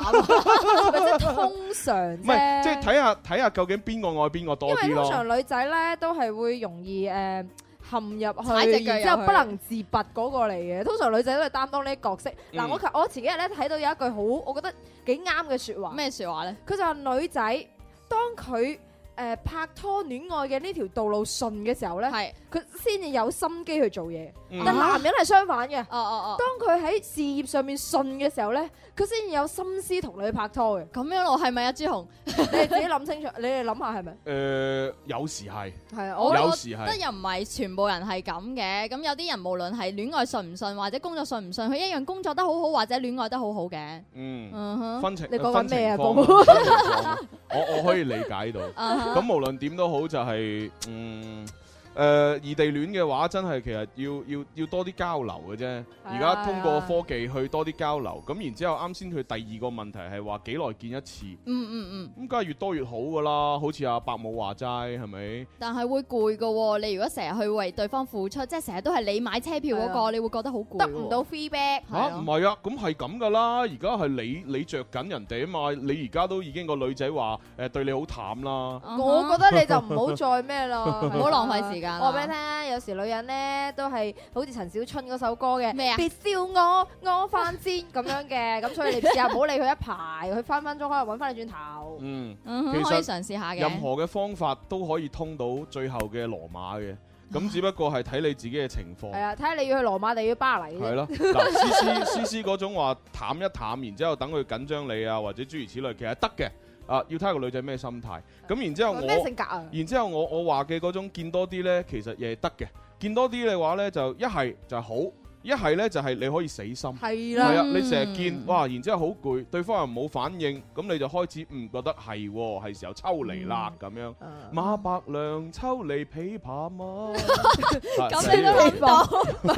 慘，咪即係通常唔係，啫。即係睇下睇下究竟邊個愛邊個多因為啲通咯。常女仔咧都係會容易誒、呃陷入踩隻去，腳入然去之後不能自拔嗰個嚟嘅。通常女仔都係擔當呢啲角色。嗱、嗯我琴我前幾日咧睇到有一句好，我覺得幾啱嘅説啊 話。咩説話咧？佢就話女仔當佢誒、呃拍拖戀愛嘅呢條道路順嘅時候咧，佢先至有心機去做嘢。嗯但男人係相反嘅。哦哦哦當佢喺事業上面順嘅時候咧，佢先至有心思同你去拍拖 嘅。咁樣咯，係咪啊，朱紅？你哋自己諗清楚，你哋諗下係咪？誒、呃有時係，係啊我有時覺得係。又唔係全部人係咁嘅，咁有啲人無論係戀愛順唔順，或者工作順唔順，佢一樣工作得好好，或者戀愛得好好嘅。嗯嗯，哼分情你講緊分情咩啊況寶寶分情況啊 我我可以理解到。啊哈咁無論點都好，就係嗯。誒異地戀嘅話，真係其實要要要多啲交流嘅啊啫。而家通過科技去多啲交流，咁然之後啱先佢第二個問題係話幾耐見一次，嗯嗯嗯。咁梗係越多越好噶啦。好似阿伯母話齋係咪？但係會攰噶喎，你如果成日去為對方付出，即係成日都係你買車票嗰係啊個，你會覺得好攰喎。得唔到 feedback 嚇唔係啊，咁係咁噶啦。而家係你你著緊人哋啊嘛，你而家都已經個女仔話誒對你好淡啊啦。嗯我覺得你就唔好再咩 咯，唔好浪費時間啦我話俾你聽，有時女人咧都係好似陳小春嗰首歌嘅，咩啊別笑我，我犯賤咁樣嘅，咁所以你試下唔好理佢一排，佢分分鐘可能揾翻你轉頭。嗯，嗯哼其實可以嘗試下嘅任何嘅方法都可以通到最後嘅羅馬嘅，咁只不過係睇你自己嘅情嗯況。啊係啊，睇下你要去羅馬定要巴黎啫。係咯， 嗱，C C C C 嗰種話淡一淡，然之後等佢緊張你啊，或者諸如此類，其實得嘅。啊，要睇下個女仔咩心態。咁然之後我啊咩性格啊然之後我我話嘅嗰種見多啲呢，其實亦係得嘅。見多啲嘅話呢，就一係就係好，一係呢就係你可以死心。係啦係啊，嗯你成日見哇，然之後好攰，對方又冇反應，咁你就開始唔覺得係喎，係時候抽離啦嗯咁樣。啊馬伯良抽離琵琶 馬，啊咁你都諗到？唔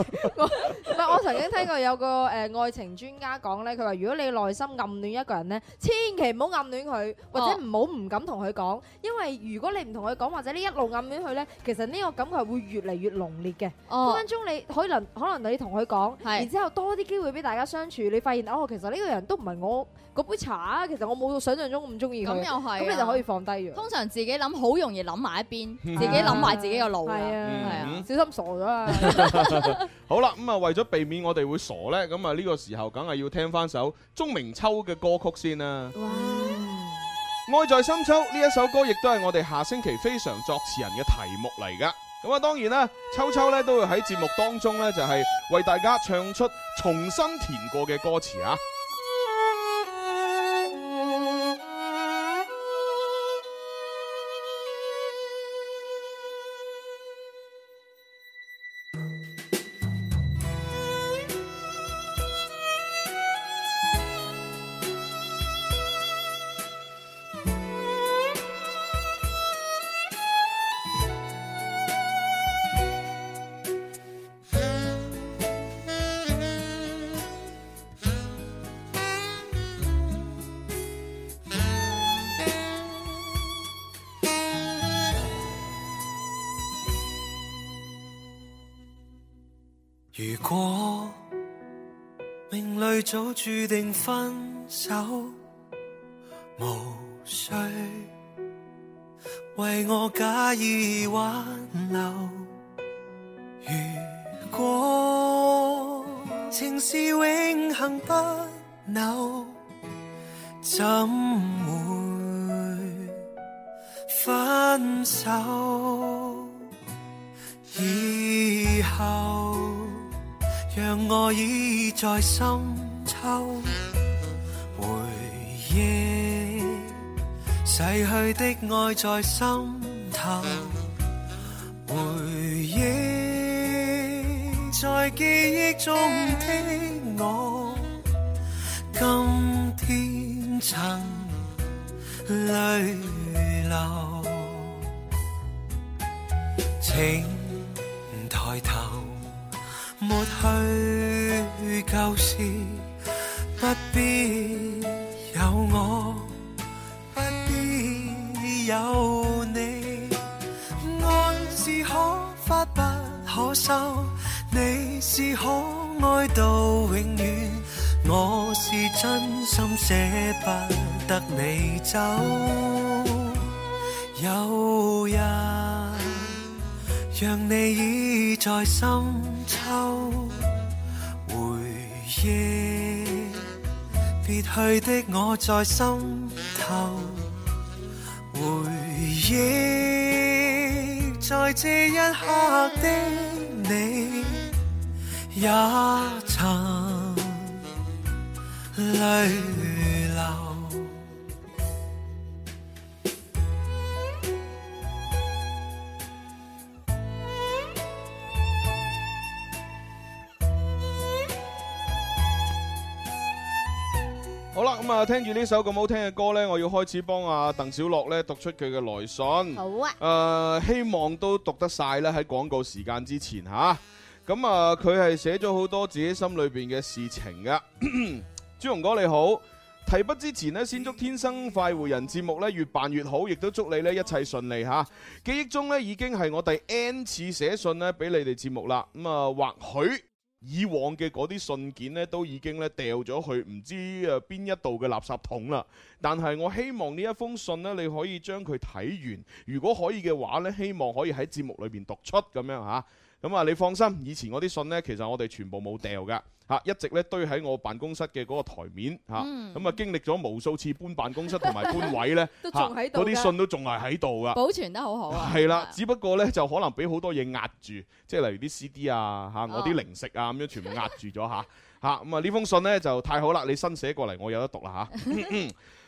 係，我曾經聽過有個誒愛情專家講咧，佢話如果你內心暗戀一個人咧，千祈唔好暗戀佢，或者唔好唔敢同佢講，因為如果你唔同佢講，或者你一路暗戀佢咧，其實呢個感覺係會越嚟越濃烈嘅。哦分分鐘你可能可能你同佢講，然之後多啲機會俾大家相處，你發現哦，其實呢個人都唔係我嗰杯茶，其實我冇想象中咁中意佢。咁又係咁你啊就可以放低咗。通常自己諗好容易諗埋一邊，嗯自己諗埋自己嘅路㗎。係啊係啊。小心傻 咗啊！好啦，咁啊為咗避免我哋會傻呢，咁啊呢個時候梗係要聽翻首鐘明秋嘅歌曲先啦。愛在深秋呢一首歌，亦都係我哋下星期非常作詞人嘅題目嚟噶。咁啊，當然啦，秋秋呢都會喺節目當中呢，就係、為大家唱出重新填過嘅歌詞啊。如果命里早注定分手，無需為我假意挽留。如果情是永恒不朽，怎會分手？以後讓我倚在深秋，回憶逝去的愛在心頭，回憶在記憶中的我，今天曾淚流，請抬頭，抹去舊事，不必有我，不必有你，愛是可花不可收，你是可愛到永遠，我是真心捨不得你走，有人。讓你倚在深秋，回憶別去的我在心頭，回憶在這一刻的你，也曾淚流。好啦，咁啊，聽住呢首咁好聽嘅歌呢，我要開始幫阿鄧小樂呢讀出佢嘅來信。好啊。誒、希望都讀得晒啦，喺廣告時間之前吓。咁啊，佢係寫咗好多自己心裏邊嘅 事情噶。朱紅哥你好。提筆之前呢，先祝《天生快活人》節目咧越辦越好，亦都祝你呢一切順利吓。記憶中呢，已經係我第 N 次寫信呢俾你哋節目啦。咁啊，或許以往嘅嗰啲信件呢，都已經咧掉咗去唔知誒邊一度嘅垃圾桶啦。但係我希望呢一封信呢，你可以將佢睇完。如果可以嘅話呢，希望可以喺節目裏邊讀出咁樣嚇。咁啊，你放心，以前我啲信呢，其實我哋全部冇掉噶。嚇，一直咧堆喺我辦公室嘅嗰個台面嚇，嗯咁啊經歷咗無數次搬辦公室同埋搬位呢， 都嚇仲喺度嗰啲㗎信都仲係喺度噶。保存得好好啊！係啦，只不過呢，就可能俾好多嘢壓住，即係例如啲 CD 啊嚇，我啲哦零食啊咁樣全部壓住咗嚇 嚇咁啊呢封信呢，就太好啦，你新寫過嚟我有得讀啦 嚇。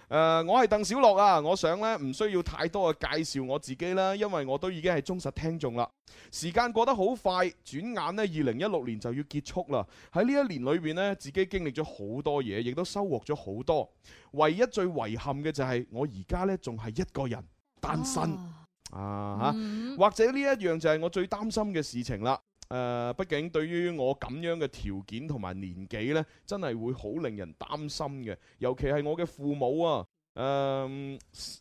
誒、我係鄧小樂啊！我想呢，唔需要太多嘅介紹我自己啦，因為我都已經係忠實聽眾啦。時間過得好快，轉眼呢，二零一六年就要結束啦。喺呢一年裏邊呢，自己經歷咗好多嘢，亦都收穫咗好多。唯一最遺憾嘅就係我而家呢，仲係一個人單身。哦啊吓，嗯或者呢一樣就係我最擔心嘅事情啦。誒、畢竟對於我咁樣嘅條件同埋年紀呢，真係會好令人擔心嘅。尤其係我嘅父母啊，誒、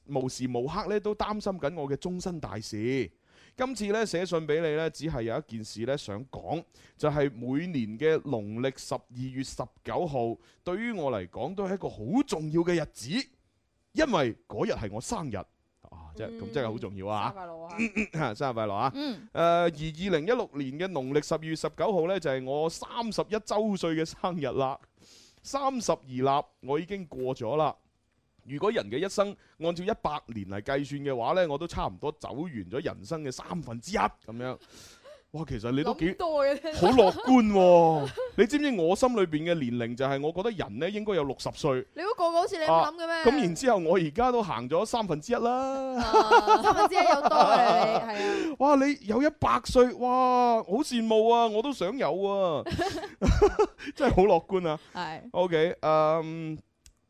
無時無刻呢都擔心緊我嘅終身大事。今次呢寫信俾你呢，只係有一件事呢想講，就係、每年嘅農曆十二月十九號，對於我嚟講都係一個好重要嘅日子，因為嗰日係我生日。啊，即係咁真係好重要啊！ 生日快樂啊！誒、嗯而二零一六年嘅農曆十二月十九號呢，就係、我三十一週歲嘅生日啦。三十而立，我已經過咗啦。如果人嘅一生按照一百年嚟計算嘅話呢，我都差唔多走完咗人生嘅三分之一咁樣。哇，其實你都幾諗多嘅啫好樂觀喎、你知唔知我心裏邊嘅年齡就係我覺得人呢應該有六十歲。你估個個好似你咁啊諗嘅咩？咁嗯然之後，我而家都行咗三分之一啦。三分之一有多嘅哦你係啊。哇！你有一百歲，哇！好羨慕啊，我都想有啊， 真係好樂觀啊。係 OK，嗯，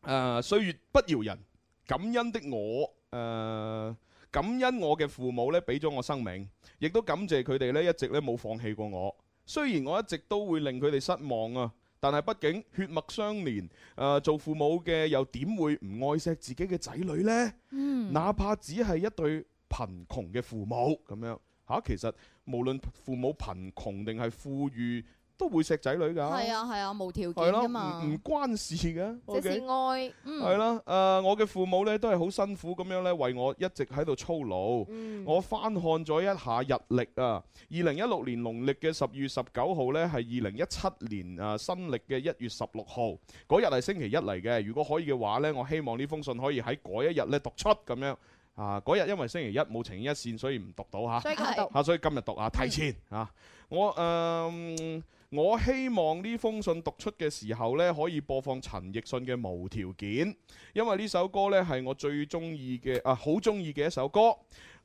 誒，歲月不饒人，感恩的我，誒、呃感恩我嘅父母咧，俾咗我生命，亦都感謝佢哋咧，一直咧冇放棄過我。雖然我一直都會令佢哋失望啊，但係畢竟血脈相連，誒、呃做父母嘅又點會唔愛錫自己嘅仔女呢？嗯哪怕只係一對貧窮嘅父母咁樣嚇、其實無論父母貧窮定係富裕都會錫仔女㗎。係啊係啊，無條件係咯，噶嘛嗯唔，唔關事嘅。即 OK？是愛，係啦，誒，我嘅父母咧都係好辛苦咁樣咧，為我一直喺度操勞。嗯我翻看咗一下日曆啊，二零一六年農曆嘅十月十九號咧，係二零一七年啊新曆嘅一月十六號，嗰日係星期一嚟嘅。如果可以嘅話咧，我希望呢封信可以喺嗰一日咧讀出咁樣。啊！嗰日因為星期一冇情意一線，所以唔讀到嚇。所以今日讀啊，所以今日讀啊，提前啊。我誒、嗯我希望呢封信讀出嘅時候呢，可以播放陳奕迅嘅《無條件》，因為呢首歌呢係我最中意嘅啊，好中意嘅一首歌。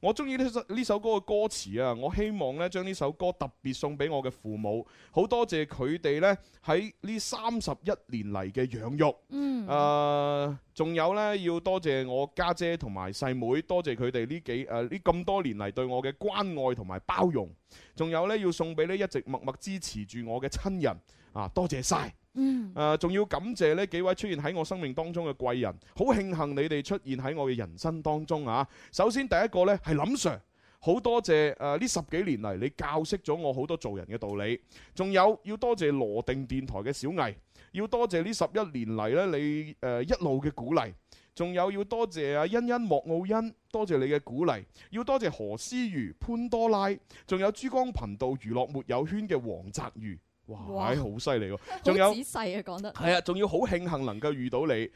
我中意呢首呢首歌嘅歌詞啊，我希望呢將呢首歌特別送俾我嘅父母，好多謝佢哋呢喺呢三十一年嚟嘅養育。嗯誒、啊仲有呢，要多謝我家姐同埋細妹，多謝佢哋呢幾誒呢咁多年嚟對我嘅關愛同埋包容。仲有呢，要送俾呢一直默默支持住我嘅親人啊，多謝晒。嗯，誒，啊仲、要感謝呢幾位出現喺我生命當中嘅貴人，好慶幸你哋出現喺我嘅人生當中啊！首先第一個呢係林 Sir。好多謝誒呢、十幾年嚟，你教識咗我好多做人嘅道理。仲有要多謝羅定電台嘅小藝，要多謝呢十一年嚟呢你誒、呃一路嘅鼓勵。仲有要多謝阿欣欣莫奧欣，多謝你嘅鼓勵，要多謝何思如、潘多拉，仲有珠江頻道娛樂沒有圈嘅黃澤如，哇哇，唉好犀利喎！仲有好仔細啊講得，係啊，仲要好慶幸能夠遇到你。誒、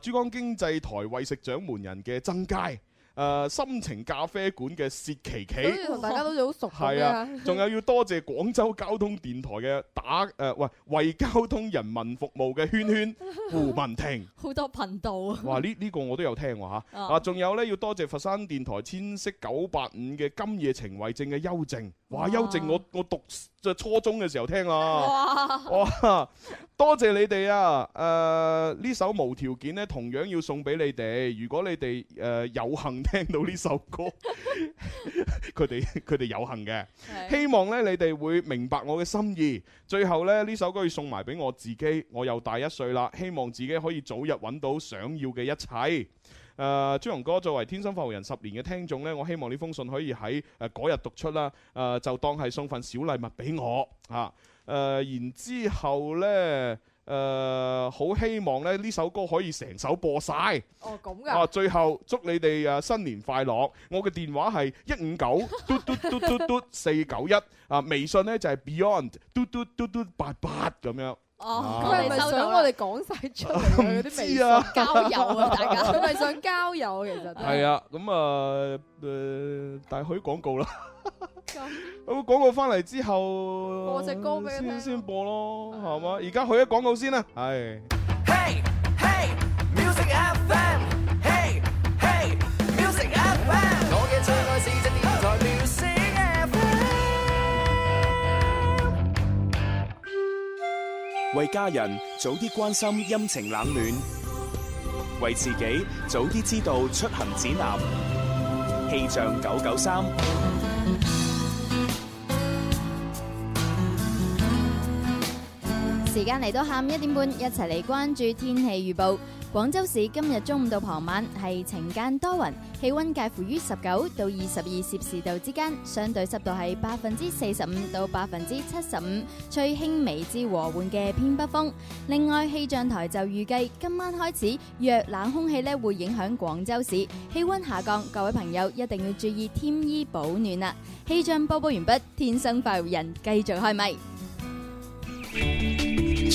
珠江經濟台為食掌門人嘅曾佳，誒、心情咖啡館嘅薛琪好似嗯琪。同大家都好似好熟咁係啊樣，仲有要多謝廣州交通電台嘅打誒、喂為交通人民服務嘅圈圈胡文婷。好多頻道啊，哇！呢呢個我都有聽喎嚇，啊啊仲有呢，要多謝佛山電台千色九八五嘅《今夜情為證》嘅邱靜，哇！哇邱靜我我讀就初中嘅時候聽啊，哇哇！多謝你哋啊！誒、呢首無條件呢，同樣要送俾你哋。如果你哋誒、有幸聽到呢首歌， 佢哋佢哋有幸嘅，希望呢，你哋會明白我嘅心意。最後呢，呢首歌要送埋俾我自己，我又大一歲啦，希望自己可以早日揾到想要嘅一切。誒、朱紅哥作為天生發號人十年嘅聽眾呢，我希望呢封信可以喺誒嗰日讀出啦。誒、就當係送份小禮物俾我啊。誒、然之後呢，誒、好希望咧呢首歌可以成首播晒。哦咁啊！噶，最後祝你哋誒新年快樂！我嘅電話係一五九嘟嘟嘟嘟嘟四九一啊，微信呢就係 Beyond 嘟嘟嘟嘟八八咁樣。哦，啊佢係咪收到想啦我哋講晒出嚟啊嗰啲微知信啊交友啊大家佢咪想交友其實係啊，咁啊誒，但係去廣告啦。咁廣告翻嚟之後，播隻歌俾佢聽先啊先播咯，係嘛？而家去咗廣告先啦，係。 Music FM，Hey Hey Music FM，我嘅最愛是只電台 Music FM。為家人早啲關心陰晴冷暖，為自己早啲知道出行指南。氣象九九三，時間嚟到下午一點半，一齊嚟關注天氣預報。廣州市今日中午到傍晚係晴間多雲，氣温介乎於十九到二十二攝氏度之間，相對濕度係百分之四十五到百分之七十五，吹輕微至和緩嘅偏北風。另外，氣象台就預計今晚開始弱冷空氣咧會影響廣州市，氣温下降，各位朋友一定要注意添衣保暖啦。氣象播報完畢，天生快活人繼續開咪。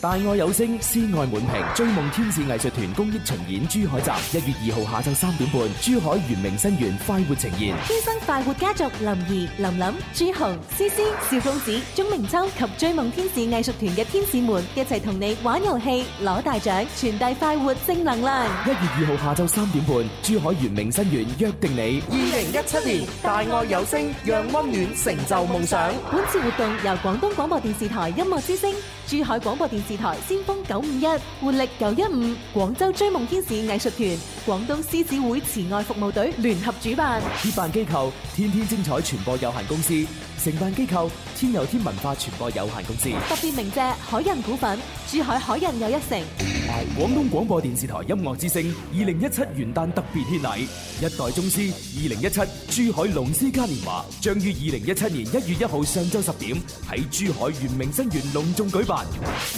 大愛有聲，施愛滿屏。追夢天使藝術團公益巡演珠海站，一月二號下晝三點半，珠海圓明新園快活呈現。天生快活家族林兒、林琳、朱紅、思思、邵公子、鐘明秋及追夢天使藝術團嘅天使們一齊同你玩遊戲、攞大獎、傳遞快活正能量。一月二號下晝三點半，珠海圓明新園約定你。二零一七年大愛有聲，讓温暖成就夢想。本次活動由廣東廣播電視台音樂之聲、珠海廣播電視台先鋒九五一，活力九一五，廣州追夢天使藝術團、廣東獅子會慈愛服務隊聯合主辦。協辦機構天天精彩傳播有限公司，承辦機構天有天文化傳播有限公司。特別鳴謝海印股份、珠海海印又一城。廣東廣播電視台音樂之聲二零一七元旦特別獻禮，一代宗師二零一七珠海龍獅嘉年華將於二零一七年一月一號上晝十點喺珠海圓明新園隆重舉辦，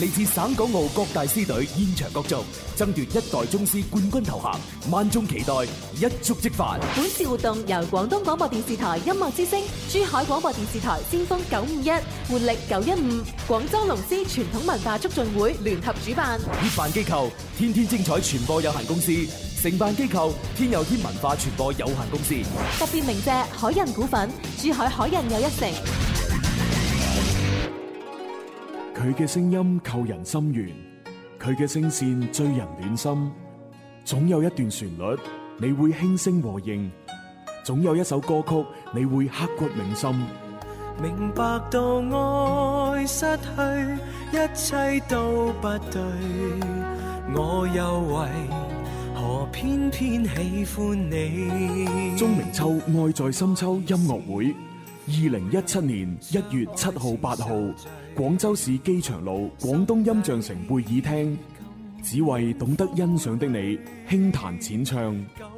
嚟自省港澳各大獅隊現場角逐，爭奪一代宗師冠軍頭銜，萬眾期待，一觸即發。本次活動由廣東廣播電視台音樂之聲、珠海廣播電視台先鋒九五一、活力九一五、廣州龍獅傳統文化促進會聯合主辦。協辦機構天天精彩傳播有限公司，承辦機構天有天文化傳播有限公司。特別鳴謝海印股份、珠海海印又一城。佢嘅聲音扣人心弦，佢嘅聲線醉人暖心。總有一段旋律，你會輕聲和應；總有一首歌曲，你會刻骨銘心。明白到愛失去，一切都不對，我又為何偏偏喜歡你？鍾明秋愛在深秋音樂會，二零一七年一月七號、八號，廣州市機場路廣東音像城會議廳，只為懂得欣賞的你，輕彈淺唱。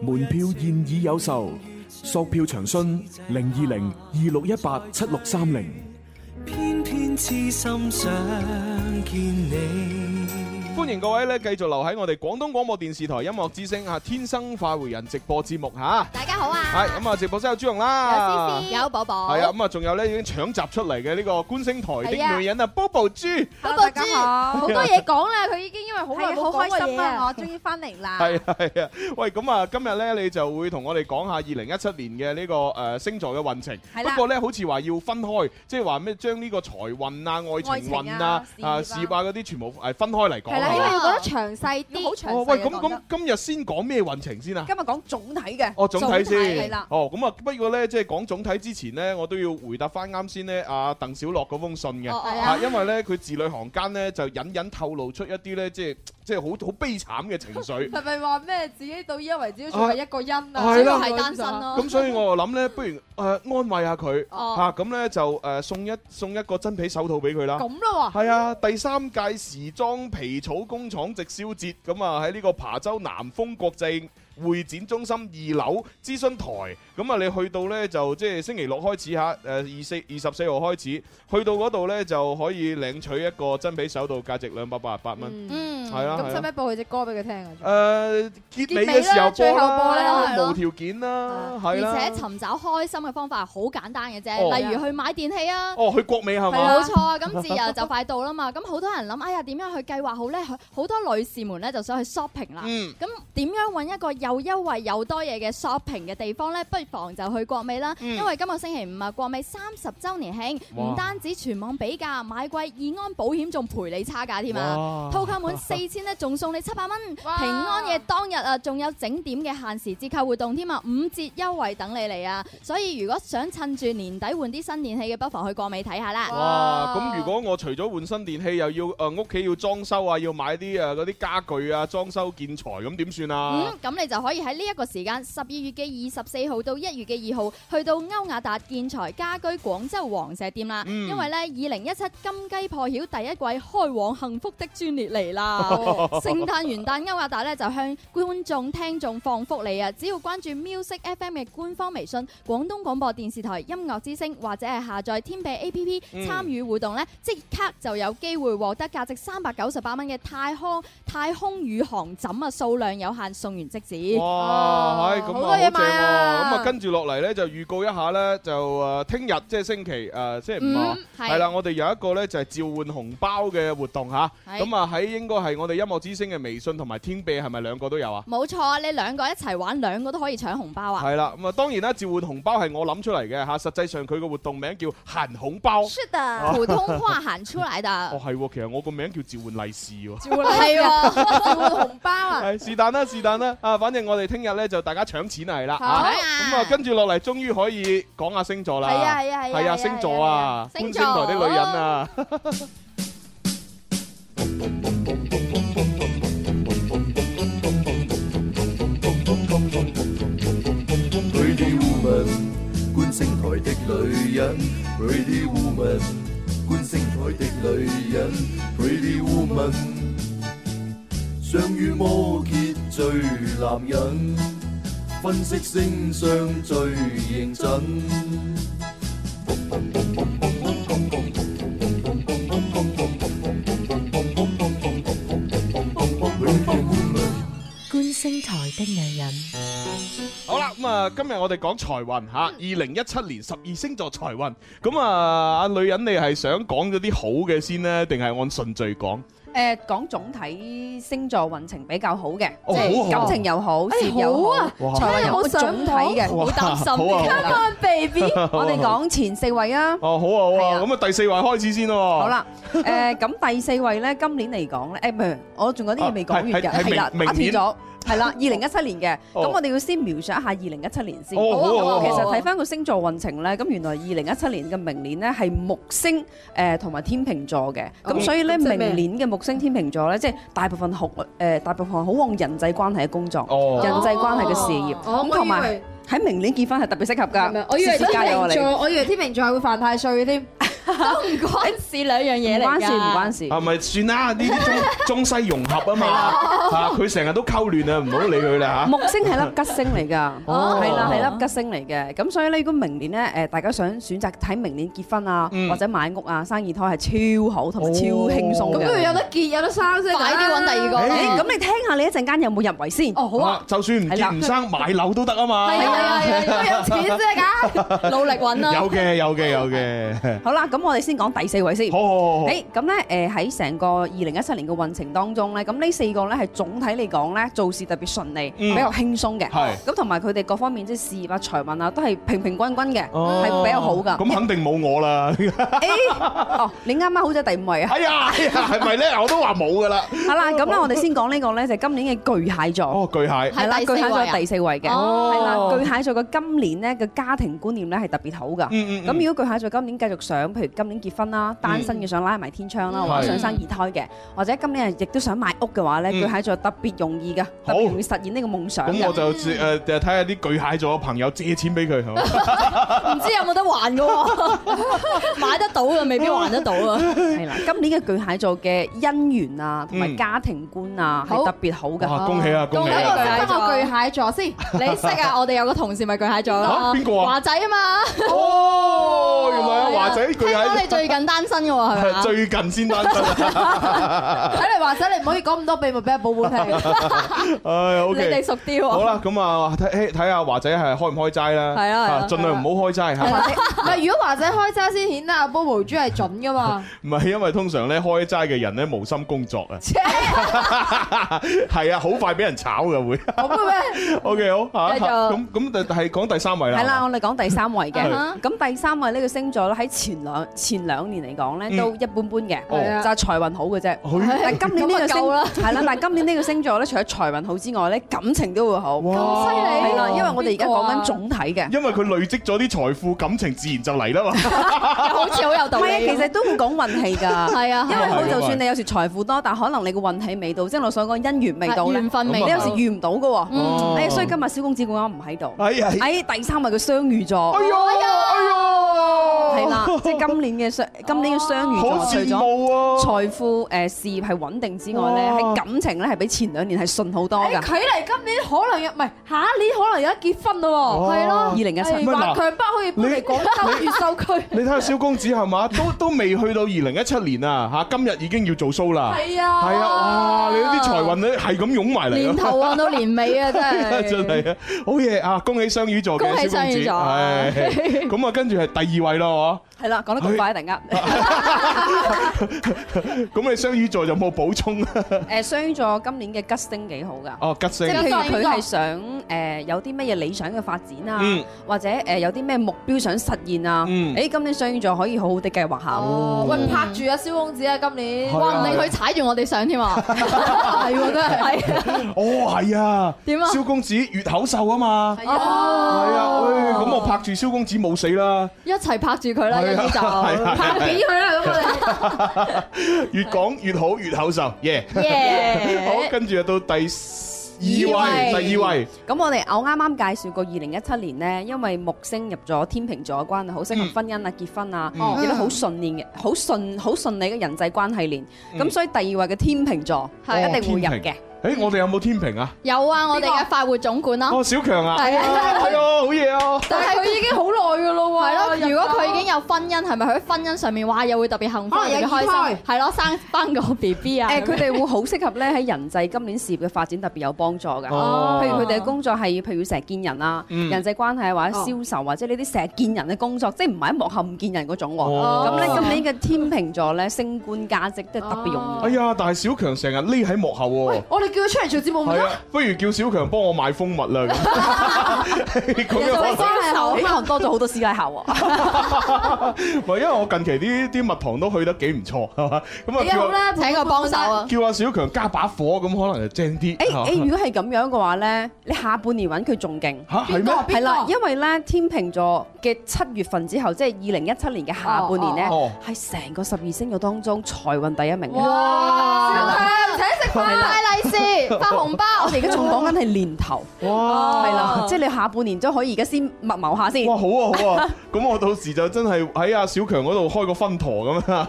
門票現已有售，索票詳詢零二零二六一八七六三零。偏偏痴心想見你。歡迎各位咧，繼續留喺我哋廣東廣播電視台音樂之聲啊《天生快活人》直播節目吓。大家好啊！係咁啊，直播室有朱紅啦，有寶寶，係啊，咁啊，仲有咧已經搶集出嚟嘅呢個觀星台係啊的女人啊，Bobo 豬。大家好，好多嘢講啦，佢已經因為好耐係冇啊好開講心過嘢啊啊，我終於翻嚟啦。 係啊係啊，喂，咁啊，今日咧你就會同我哋講下二零一七年嘅呢個誒星座嘅運程。係啦不過咧，好似話要分開，即係話咩將呢個財運啊、愛情運啊、啊愛事情啊事業啊嗰啲全部誒分開嚟講。係啦，因為要講得詳細啲，好哦，喂，咁咁今日先講咩運程先啊？今日講總體嘅，哦，總體係先啦。。哦，咁啊，不過咧，即係講總體之前咧，我都要回答翻啱先咧，阿鄧小樂嗰封信嘅。哦係啊啊，因為咧佢字裏行間咧就隱隱透露出一啲咧，即係即係好好悲慘嘅情緒。係咪話咩自己到依家為止都仲係一個人 à. 啊？係啦所以我係單身咯。咁所以我就諗咧，不如誒呃安慰下佢哦嚇，咁咧就誒送一送一個真皮手套俾佢啦。咁 à? 咯喎係啊，第三屆時裝皮草工廠直銷節咁啊，喺呢個琶洲南豐國際會展中心二樓諮詢台，咁啊你去到呢，就即係星期六開始嚇，誒二四二十四號開始，去到嗰度呢，就可以領取一個真皮手套，價值兩百八十八蚊。Ừ. 嗯，係啊，咁使係唔啊使播佢只歌俾佢聽啊？誒結尾嘅時候最播後播啦啦，係啊咯無條件啦，啊係啦。而且尋找開心嘅方法係好簡單嘅哦啫，例如去買電器啊。哦，去國美係嘛？冇錯啊！咁節日就快到啦嘛，咁好多人諗，哎呀點樣去計劃好呢？好多女士們呢就想去 shopping 啦。嗯咁點樣揾一個又優惠又多嘢嘅 shopping 嘅地方呢？不妨就去國美啦，嗯因為今個星期五啊，國美三十週年慶，哇唔單止全網比價買貴，義安保險仲賠你差價添啊哦哇！套購滿四千呢，仲送你七百蚊。平安夜當日啊，仲有整點嘅限時折扣活動添啊，五折優惠等你嚟啊！所以如果想趁住年底換啲新電器嘅，不妨去國美睇下啦。哇！咁如果我除咗換新電器，又要誒屋企要裝修啊，要買啲誒嗰啲家具啊、裝修建材，咁點算啊嗯？，咁你就可以喺呢一個時間，十二月嘅二十四號到一月嘅二號，去到歐亞達建材家居廣州黃石店啦。嗯，因為呢，二零一七金雞破曉第一季開往幸福的專列嚟啦 聖誕元旦歐亞達呢，就向觀眾聽眾放福利啊！只要關注 Music FM 嘅官方微信、廣東廣播電視台音樂之聲，或者係下載天幣 A P P 嗯參與互動呢，即刻就有機會獲得價值三百九十八蚊嘅太空太空宇航枕啊，數量有限，送完即止。哇！係咁啊，哦好好多嘢正喎！買啊咁啊，跟住落嚟咧就預告一下咧，就誒聽日即係星期誒星期五啊，嗯係係啦，我哋有一個咧就係召喚紅包嘅活動吓。係咁啊喺應該係我哋音樂之星嘅微信同埋天幣係咪兩個都有啊？冇錯，你兩個一齊玩，兩個都可以搶紅包啊！係啦，咁啊當然啦，召喚紅包係我諗出嚟嘅嚇，實際上佢個活動名叫行紅包。是的普通話喊出 來哦的。係喎，其實我個名叫召喚利是喎。召喚利是啊係喎召喚紅包 à. 啊係是但啦，是但啦，啊，反正我哋聽日咧就大家搶錢係啦，好啊啊咁啊跟住落嚟，終於可以講下星座啦，係啊係啊係啊係係啊啊星座啊，星觀星座台的女人啊。 Pretty Woman，觀星台的女人。Pretty Woman，觀星台的女人。Pretty Woman，相遇摩羯最男人，分析星相最認真。观星台的女人，好啦，咁啊，今日我哋講財運吓，二零一七年十二星座財運。咁啊，阿女人你係想講咗啲好嘅先呢？定係按順序講？诶，讲总体星座运程比较好嘅，哦即好啊系感情又好，事業又哎好啊好，財運哇好总体嘅，哇好擔心好啊好啊 Come on baby，好啊我哋講前四位啊。哦，好啊，好啊，咁啊，第四位開始先咯。好啦，誒咁第四位咧，今年嚟講咧，誒唔係，我仲有啲嘢未講完啊係㗎，係係係啦，明打明斷年咗，係啦，二零一七年嘅，哦咁我哋要先描述一下二零一七年先。哦好啊好啊好啊其實睇翻個星座運程咧，咁原來二零一七年嘅明年咧係木星誒同埋天秤座嘅，咁哦所以咧咁即係明咩年嘅木星天秤座咧，即係大部分好誒大部分好旺人際關係嘅工作，哦人際關係嘅事業，哦咁我同以埋為喺明年結婚係特別適合㗎。我以為事業天加油啊秤你座，我以為天秤座係會犯太歲添，都唔關事兩樣嘢唔嚟㗎。關事唔關事啊，咪算啦，呢啲中中西融合啊嘛，係嚇啦佢成日都溝亂啊，唔好理佢啦嚇。木星係粒吉星嚟㗎，哦係啦係粒吉星嚟嘅，咁所以咧，如果明年咧誒，大家想選擇睇明年結婚啊，或者買屋啊、生二胎係超好同埋超輕鬆咁嘅。不如有得結有得生先，哦快啲揾第二個啦誒咁你聽下你一陣間有冇入圍先？哦，好啊，就算唔結唔生，買樓都得啊嘛。係啊係啊係啊有錢啫㗎努力揾啦有嘅有嘅有嘅。好啦，咁我哋先講第四位先。好好好好誒，咁咧誒喺成個二零一七年嘅運程當中咧，咁呢四個咧係總體嚟講咧做事特別順利，比嗯較輕鬆嘅。係咁同埋佢哋各方面即係事業啊、財運啊都係平平均均嘅，哦係比較好 㗎。咁肯定冇我啦。哦，你啱啱好咗第 五位啊！哎呀，哎呀，係咪咧？我都話冇噶啦。好啦，咁啦，我哋先講呢個咧，就係今年嘅巨蟹座。哦，巨蟹係啦，係巨第四位蟹座啊第四位嘅，哦係啦，巨蟹座嘅今年咧嘅家庭觀念咧係特別好噶。嗯嗯嗯嗯咁如果巨蟹座今年繼續想，譬如今年結婚啦，單身嘅想拉埋天窗啦，嗯或者想生二胎嘅，或者今年係亦都想買屋嘅話咧，嗯巨蟹座特別容易噶，特別容易實現呢個夢想㗎。咁我就誒睇下啲巨蟹座嘅朋友借錢俾佢，係嘛？唔知有冇得 還嘅喎，買得到嘅未必還得到啊。係啦，今年嘅巨蟹座嘅姻緣啊，同埋嗯家庭觀啊，係好特別好哇哦㗎。恭喜啊恭喜啊等我巨蟹座先， 你識啊？我哋有個同事咪巨蟹座嚇咯，邊個啊華仔啊嘛。哦，原來阿華仔巨聽講蟹你最近單身嘅喎，係咪啊？ 最近先單身。睇嚟華仔，你唔可以講咁多秘密俾阿寶 寶聽。唉，OK，你哋熟啲喎好啦，咁啊，睇睇下華仔係開唔開齋啦。係啊係啊盡量唔好開齋係啦嚇。唔係，如果華仔開齋先顯得阿 Bobo 豬係準噶嘛。 唔係因為通常咧開齋嘅人咧無心工作啊。 係啊，好快俾人炒嘅會。O K，好繼嚇。續咁咁就係講第三位啦。係啦，我哋講第三位係嘅。咁第三位呢個星座咧，喺前兩前兩年嚟講嗯咧，都一般般嘅，哦係哎啊就係財運好嘅啫。但係今年呢個咁啊夠啦星係啦，但係今年呢個星座咧，除咗財運好之外咧，感情都會好。咁犀利係啦，因為我哋而家啊講緊總體嘅。因為佢累積咗啲財富，感情自然就嚟啦嘛。好似好有道理唔係啊，其實都會講運氣㗎。 係啊因為好係啊就算你有時財富多，但可能你個運氣未到，即係我所講姻緣未到咧，緣分未你到啊有時遇唔到㗎喎。嗯哎呀所以今日小公子咁啱唔喺度。哎呀哎，第三位嘅雙魚座。哎呀，係啦，即係今年嘅 雙，今年嘅雙魚好座，除羨慕啊咗財富誒事業係穩定之外咧，哇喺感情咧係比前兩年係順好多誒㗎。睇嚟今年可能有，唔係下一年可能有得結婚咯喎。係咯，唔係嗱華強北可以搬嚟廣州越秀區。你睇下蕭公子係嘛，都都未去到二零一七年啊嚇，今日已經要做 show 啦。係啊係啊，哇！你啲財運咧係咁湧埋嚟啊，年頭望到年尾啊，真係。 真係啊！好嘢啊！恭喜雙魚座嘅恭喜蕭公子，雙魚座啊係咁啊，跟住係第二位咯，係啦，講得咁快突然間。嗬！咁你雙魚座有冇補充啊？ 誒雙魚座今年嘅吉星幾好㗎。哦，吉即星，係譬如佢係想誒有啲乜嘢理想嘅發展啊嗯，或者誒有啲咩目標想實現啊，嗯誒今年雙魚座可以好好地計劃下哦喎。喂，拍住啊，蕭公子啊，今年，係啊話唔定佢踩住我哋上 添啊，係喎，真係。哦，係啊，點啊蕭公子月口秀啊嘛，係啊，哦唉咁我拍住蕭公子冇死啦。一齊拍住佢啦，跟住就係啊係啊拍片佢啦，咁我哋。 越講越好，越口秀，耶！ Yeah 好，跟住就到第二位，第二位。咁我哋我啱啱介紹過二零一七年呢，因為木星入咗天秤座嘅關係，好適合婚姻啊、結婚啊，嗯亦都好順利嘅、好順好順利嘅人際關係鏈。咁所以第二位嘅天秤座係一定會入嘅。诶，我哋有冇天平啊？有啊，我哋嘅快活總管咯。哦，小強啊，係啊係啊，好嘢啊！但係佢已經好耐噶咯喎。係咯，入咗如果佢已經有婚姻，係咪佢喺婚姻上面哇又會特別幸福，可能有特別開二心？係咯，生翻個 B B 啊。誒，佢哋會好適合咧喺人際今年事業嘅發展特別有幫助㗎。哦譬如佢哋嘅工作係譬如成日見人啊、嗯人際關係或者哦銷售或者呢啲成日見人嘅工作，即係唔係喺幕後唔見人嗰種喎。哦咁咧今年嘅天秤座咧升官加職都係特別容易。哦哎呀，但係小強成日匿喺幕後喎。我哋叫佢出嚟做節目咪係得啊，不如叫小強幫我買蜂蜜啦。 咁咁啊樣可能呢行多咗好多師奶客喎。唔係因為我近期啲啲蜜糖都去得幾唔錯，係嘛？咁啊幾好叫啦啊 請個幫手啊。叫阿小強加把火，咁可能就正啲。誒係嘛誒，如果係咁樣嘅話咧，你下半年揾佢仲勁。嚇係啊咩邊個係啦邊，個因為咧天秤座嘅七月份之後，即係二零一七年嘅下半年咧哦哦，係成個十二星座當中財運第一名嘅。哇！小強請食飯係啦派利是發紅包，我哋而家仲講緊係年頭。哇係啦，即係你下半年都可以而家先密謀下先。哇，好啊好 啊！咁我到時就真係喺阿小強嗰度開個分舵 咁啊！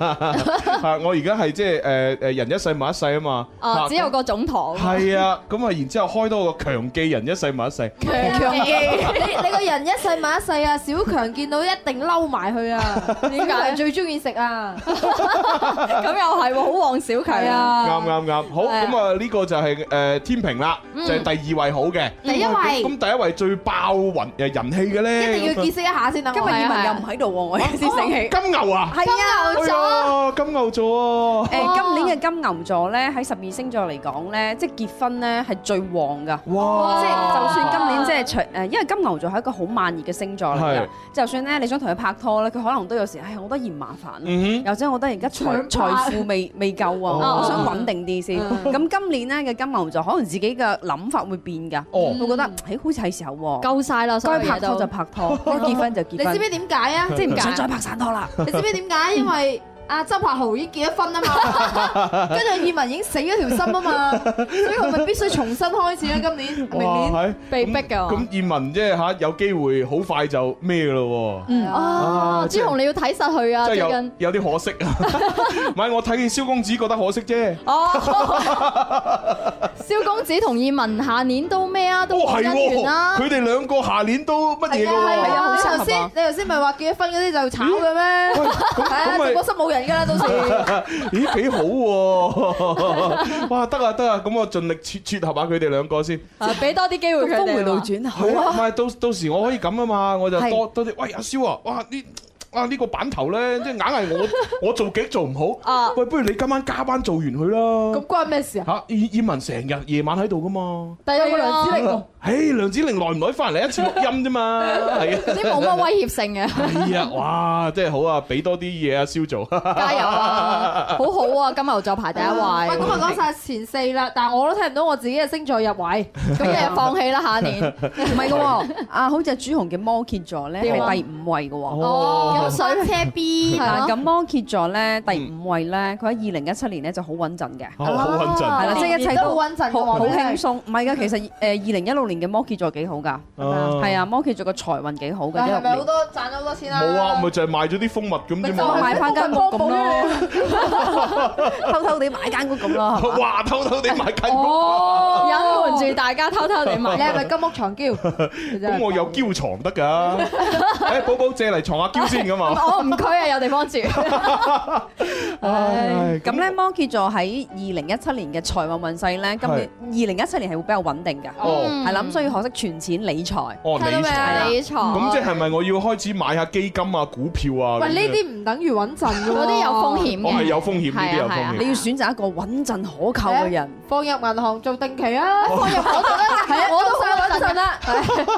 啊我而家係即係誒誒人一世物一世啊嘛。哦，只有個總堂。係啊，咁啊，然之後開多個強記人一世物一 世。強記，你你個人一世物一世啊！小強見到一定嬲埋佢 啊！點解最中意食啊？咁又係喎，好旺小強啊！啱啱啱，好係啊咁啊！呢個就係誒天平啦，嗯就係第二位好嘅。第一位咁咁第一位最爆雲誒人氣嘅咧，一定要結識一下先等今日我哦葉係啊文又唔喺度喎，我先醒起。金牛啊！係啊，哎呀金牛座啊！誒，今年嘅金牛座咧，喺十二星座嚟講咧，即係結婚咧係最旺噶。哇即係就算今年即係除誒，因為金牛座係一個好慢熱嘅星座嚟係㗎。就算咧你想同佢拍拖咧，佢可能都有時，唉，我覺得嫌麻煩啊嗯哼又或者我覺得而家財想拍財富未未夠啊，哦我想穩定啲先。咁今年咧嘅金牛座可能自己嘅諗法會變㗎，哦會覺得唉，好似係時候喎，夠晒啦所有該嘢拍拖都就拍拖，該結婚就結你知婚。唔知點解啊？即係唔想再拍散拖啦。你知唔知點解？因為阿周柏豪已經結咗婚啊嘛，跟住葉文已經死咗條心啊嘛，所以佢咪必須重新開始啦。今年、明哇年係被逼㗎喎咁葉文即係嚇有機會好快就咩咯喎？哦啊，朱紅你要睇實佢真係啊，最有近。有啲可惜 啊！唔係我睇蕭公子覺得可惜啫。哦 蕭公子同葉文下年都咩啊？都哦，冇係姻緣啦。喎，佢哋兩個下年都乜嘢㗎喎？啊係啊，你頭先你頭先咪話結咗婚嗰啲就炒嘅咩？ 係啊，咪直播室冇人㗎啦，到時。咦，幾好喎！ 哇，得啊得啊，咁我盡力撮撮合下佢哋兩個先。啊俾多啲機會佢哋。峰迴路轉好係啊，唔啊！係到到時我可以咁啊嘛，我就係多多啲。喂，阿蕭啊，哇呢啊呢個版頭咧，即係硬係 我我做極做唔啊好。喂，不如你今晚加班做完佢啦咁。關咩事啊？嚇，葉葉文成日夜晚喺度噶嘛。第一個梁子玲喎，唉，梁子玲耐唔耐翻嚟一次錄音啫嘛，係啊，你冇乜威脅 性嘅，係啊，哇，真係好啊，俾多啲嘢啊，蕭做，加油啊好好啊！金牛座排第一位。喂，咁啊講晒前四啦，但係我都睇唔到我自己嘅星座入位，咁你就放棄啦，下年。唔 係嘅哦喎，啊，好似係朱紅嘅摩羯座咧點啊係第五位嘅喎。哦有水車 B 係啊嗱，啊咯啊咁摩羯座咧第嗯五位咧，佢喺二零一七年咧就好穩陣嘅。 哦好穩陣係啦，即係一切都好穩陣嘅喎好好真係輕鬆。唔係㗎，其實誒呃二零一六年嘅摩羯座幾好㗎，哦係啊，摩羯座嘅財運幾好㗎。但係16咪年好多賺咗好多錢啊？冇啊，咪就係賣咗啲蜂蜜咁啫就係嘛買。翻間屋咁 咯，偷偷地買間屋咁 咯，係嘛 哇！偷偷地買間屋，哦，隱瞞住大家偷偷地買。你係咪金屋藏嬌？咁我有嬌床得㗎。誒，寶寶借嚟藏下嬌先㗎嘛。我唔拘啊，有地方住。唉咁咧，摩羯座喺二零一七年嘅財運運勢咧，今年二零一七年係會比較穩定嘅，哦嗯嗯係啦，咁所以學識存錢理財。哦，理睇到未啊財，理財咁即係咪我要開始買下基金啊、股票啊？喂，呢啲啲唔等於穩陣嘅喎，嗰啲有風險哦我係嘅。有風險，呢啲有係啊風你險。要選擇一個穩陣可靠嘅人，啊哦放入銀行做定期啊，放入我度 啦，係啊，我都好好穩陣啦，啊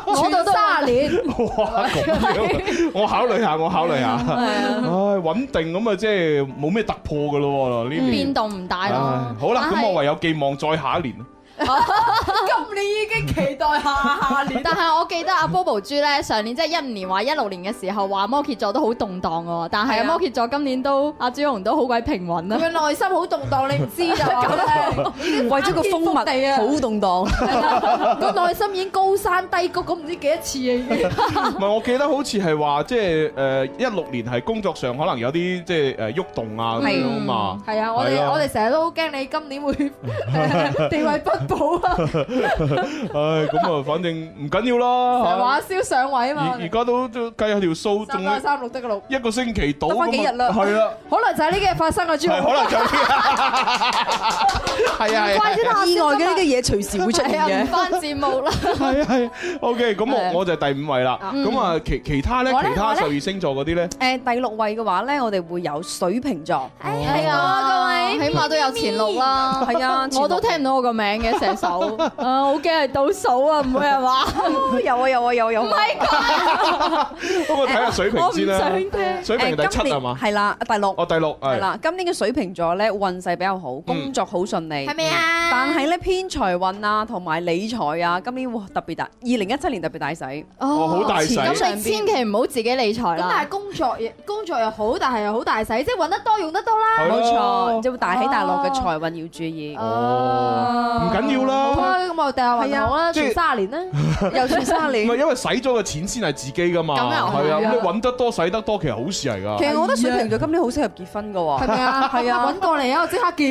我度都三年， 哇！咁 樣，我考慮下，我考慮下。唉，穩定咁啊，即係冇咩突破㗎咯喎呢年。變動唔大唉咯。好啦，但係 咁我唯有寄望再下一年啦。今年已經期待下下年。但係我記得阿 Bobo 豬咧，上年即係一五年話一六年嘅時候話摩羯座都好動盪喎，但係係阿啊摩羯座今年都阿朱紅都好鬼平 穩佢啊。內心好動盪，你唔 知咋搞得喎。啊為咗個蜂蜜啊好動盪。 個內心已經高山低谷咁，唔知幾多次啊已經。唔係，我記得好似係話，即係誒一六年係工作上可能有啲即係誒喐動啊咁樣啊嘛。係啊，我哋我哋成日都好驚你今 年會地位不保啊，唉，咁啊，反正唔緊要啦。成日話嚇蕭上位啊嘛而。而家都都計下條數，三仲加三六得個六，一個星期到得咁啊，翻幾日啦。係啦，， 可能就係呢幾日發生嘅朱係紅。可能就 係呢係啊係啊係啊。意外嘅呢個嘢隨時會 出現係啊嘅。唔返節 目啦係啊係啊，OK，咁係我我就係第五位啦。嗯咁啊，其其他咧，我呢其他我呢十二星座嗰 啲咧，誒第六位嘅話咧，我哋會有水瓶座，係啊，起碼都有前六啦。係 啊前六我都聽唔到我個名嘅成 首。啊，好驚係倒數啊，唔會 係嘛？有啊有啊有啊有啊。唔係啩？不過睇下水瓶先啦我唔想聽。水瓶第七啊誒今年係嘛係啦，第六。哦，第六嗯係係啦，今年嘅水瓶座咧運勢比較好，工作好順利，係咪啊但係咧偏財運啊，同埋理財啊，今年哇特別大，二零一七年特別大使，哦好大使咁你千祈唔好自己理財咁但啦係。工作又工作又好，但係又好大使，即係揾得多用得多啦。係咯哦冇錯，就會大起大落嘅財運要注意。啊唔緊要啦。好啦，咁我哋下運行啦，即存係 三年啦，又存三唔年係。因為使咗嘅錢先係自己噶嘛，咁又係係啊，啊咁你揾得多使得多，其實好事嚟其㗎。實我覺得水瓶座今年好適合結婚㗎喎，係咪啊？係啊揾，過嚟啊，我即刻結。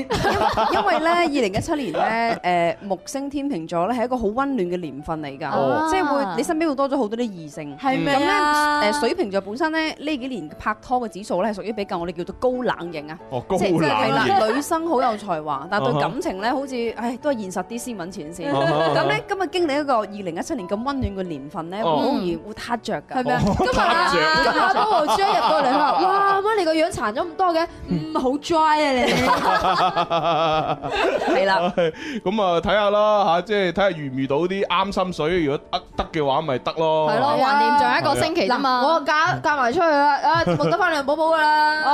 因為咧，二零一七年咧，誒木星天秤座咧係一個好温暖嘅年份嚟哦㗎，即係會你身邊會多咗好多啲異性。係咪咁啊咧誒水瓶座本身咧呢幾年拍拖嘅指數咧係屬於比較我哋叫做高冷型啊，哦，高即係冷即係係啦型，女生好有才華，但對啊哈感情咧好似唉都係現實啲先揾錢先。啊哈啊哈咁咧今日經歷一個二零一七年咁温暖嘅年份咧，哦好容易會撻着㗎。係咪啊？哦今日啊，得着今 日阿波豪豬一入到嚟，佢話：哇，乜你個樣殘咗咁多嘅？ 嗯，好 dry 啊 你。係係啦。咁啊，睇下啦嚇，即係睇下遇唔遇到啲啱心水，如果得得嘅話，咪得咯。係咯，嚇橫掂仲有一個星期啫嗱嘛我。嫁嫁埋出去啦， 啊，節目得翻兩寶寶噶啦。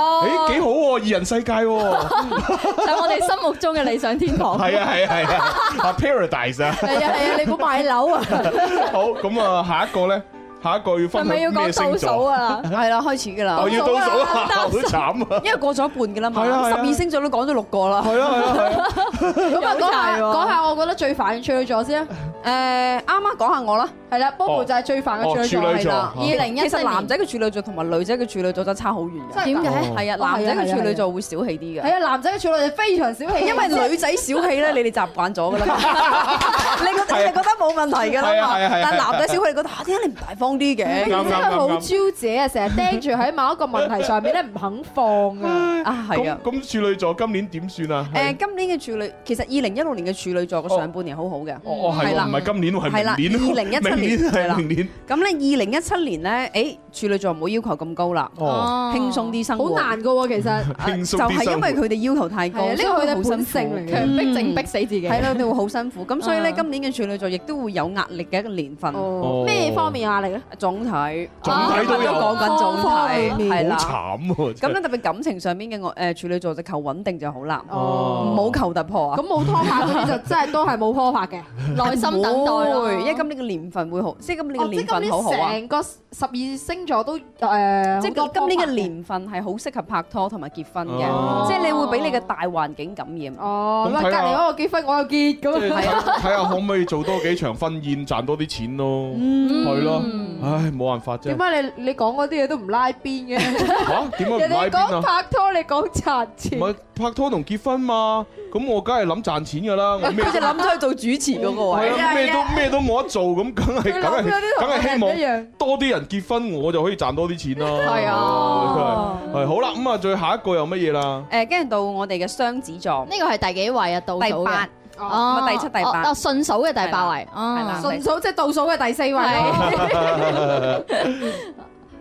誒幾好喎，二人世界喎，喺我哋心目中嘅理想天堂。係啊係啊係啊，啊 À, paradise 啊！係啊係啊，你估買樓 啊？好，咁啊，下一個咧，下一個要係分咪要享咩講星倒數 à? 座？啊？係啦，開始㗎啦我。要倒數啊，倒好數慘啊！因為過咗一半㗎啦嘛，係啊係十啊二星座都講咗六個啦。 係啊係啊係啊！咁啊，講下有齊喎講下，我覺得最煩嘅處女座先啊。誒啱啱講下我啦，係啦，Bobo 就係最煩嘅處哦女座處女係座啦。哦二零一其四實男年，仔嘅處女座同埋女仔嘅處女座真係差好遠嘅。真係點㗎解？係啊，哦男仔係啊係啊嘅處女座會小氣啲嘅，係啊，男仔嘅處女座非常小氣，因為女仔 小氣咧，你哋習慣咗㗎啦嘛。 你覺係啊得你覺得冇問題係㗎啦啊嘛，係啊係啊但係男仔小氣，你覺得啊點解你唔大方啲真嘅？啱係好招姐啊，成日盯住喺某一個問題上面咧唔肯放啊。啊係啊咁。咁處女座今年點算啊？係誒，今年嘅處女其實二零一六年嘅處女座個上半年好好嘅，哦，係喎，唔係今年喎，係係啦明年喎。 2017年明年係啦係明年。咁咧，二零一七年咧，誒處女座唔好要求咁高啦，哦，輕鬆啲生好活。嗯啊難噶喎，其實係 輕就鬆啲係生因活為佢哋要求太高，啊，呢所個以佢佢哋好本辛性苦嗯嚟嘅。強迫症逼死自己。係啦，你會好辛苦。咁所以咧，嗯今年嘅處女座亦都會有壓力嘅一個年份。哦，咩方面壓力咧？總體，啊總體都有講緊總體，係啦。好慘啊喎。真係咁咧特別感情上面嘅我誒處女座就求穩定就好啦，哦唔好求突破啊咁。冇拖拍嗰啲就真係都係冇拖拍嘅。耐心等待唔咯會因為今年嘅年份會好，即係今年哦嘅即年係今份好好啊。成個十二星座都誒，即好係多今年方嘅法年份係好適合拍拖同埋結婚哦嘅，即係你會俾你嘅大環境感染。哦，咁啊咁隔睇下離嗰個結婚，我又結咁即啊。係睇下可唔可以做多幾場婚宴，賺多啲錢咯。Ừ. 係咯，唉，冇辦法啫點。解你你講嗰啲嘢都唔拉邊嘅？嚇？點解 Dạ, 人唔拉邊哋講啊？拍拖，你講賺唔錢。係拍拖同結婚嘛，咁我梗係諗賺錢㗎啦。我咩佢就諗咗去做主持嗰個位係。啊咩都咩都冇得做，咁梗係你梗係諗咗啲梗同我係希哋唔一望樣。多啲人結婚，我就可以賺多啲錢啦。係真係，係啊好啦，咁啊，最下一個又乜嘢啦？誒，跟住到我哋嘅雙子座，呢個係第幾位啊？倒數第嘅八，哦咁啊第七第八哦哦順數嘅第八位，係啦哦係啦順數即係倒數嘅第四位。係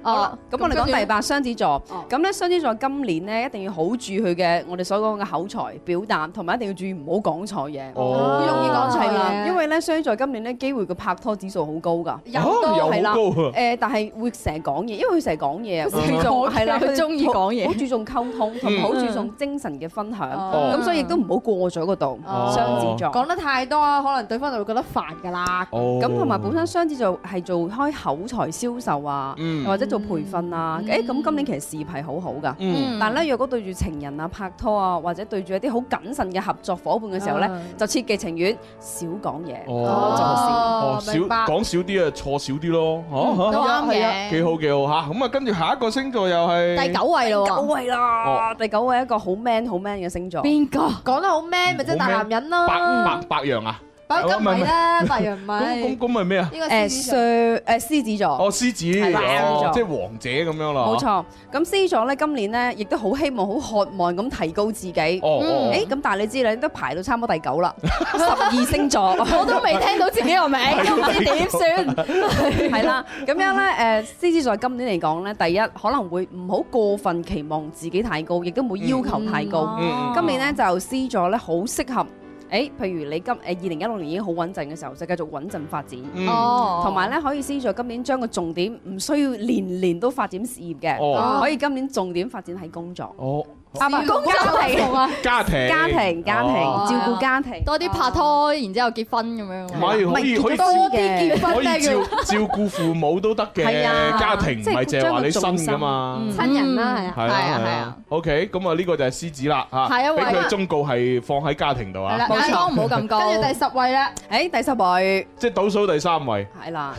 好啦，咁我哋哦咁跟住講第呢哦八雙子座，咁咧雙子座今年咧一定要好注意佢嘅我哋所講嘅口才表達，同埋一定要注意唔好講錯嘢，哦好容易講錯嘢係啊啦因為咧雙子座今年咧機會個拍拖指數好高㗎，又高啊又好哦係啦高啊誒，但係會成日講嘢，因為佢成日講嘢啊，佢成日注重講嘢係啦，佢鍾意講嘢 好注重溝通，嗯同埋好注重精神嘅分享，哦咁所以亦都唔好過咗嗰度，雙子座。哦講得太多啊，可能對方就會覺得煩㗎啦。咁同埋本身雙子座係做開口才銷售啊，嗯又或者做培訓啊，誒咁今年其實事業係好好噶嗯。但咧若果對住情人啊、拍拖啊，或者對住一啲好謹慎嘅合作伙伴嘅時候咧啊，嗯就切忌情願少講嘢，多做事。哦，少哦明白講少啲啊，錯少啲咯，嚇都嚇啱嘅係啊幾好幾好嚇。咁啊，跟住下一個星座又係第九位咯，九位啦，哦第九位一個好 man 好 man 嘅星座。邊個講得好 man 咪即係大男人白啦？白白羊啊？白唔係金唔係咪啦，白羊咪。咁咁咁係咩啊？誒誒獅子座。哦，獅係子，啦獅子哦座即係王者咁樣啦。冇錯，咁獅子座咧今年咧亦都好希望、好渴望咁提高自己。誒哦哦咁但係你知啦，你都排到差唔多第九 啦，十二星座，我都未聽到自己個 名都唔知點算 係啦，咁樣咧誒，獅子座今年嚟講咧，第一可能會唔好過分期望自己太高，亦都唔好要求太高。嗯嗯今年咧就獅子座咧好適合。誒，譬如你今誒二零一六年已經好穩陣嘅時候，就繼續穩陣發展。嗯哦同埋咧可以獅子座今年將個重點唔需要年年都發展事業嘅，哦可以今年重點發展喺工作。哦，啊，唔係工作家庭啊，家庭家庭家庭哦照顧家庭，多啲拍拖，然之後結婚咁樣。唔係可以可以可以照照顧父母都得嘅係啊家庭，唔係淨係話你新噶嘛。親人啦，係啊，係啊係啊。OK，咁啊呢個就係獅子啦嚇，下一位俾佢忠告係放喺家庭度係啊啦，，眼光唔好咁高。跟住第十位啦，誒第十位 即係倒數第三位，係啦，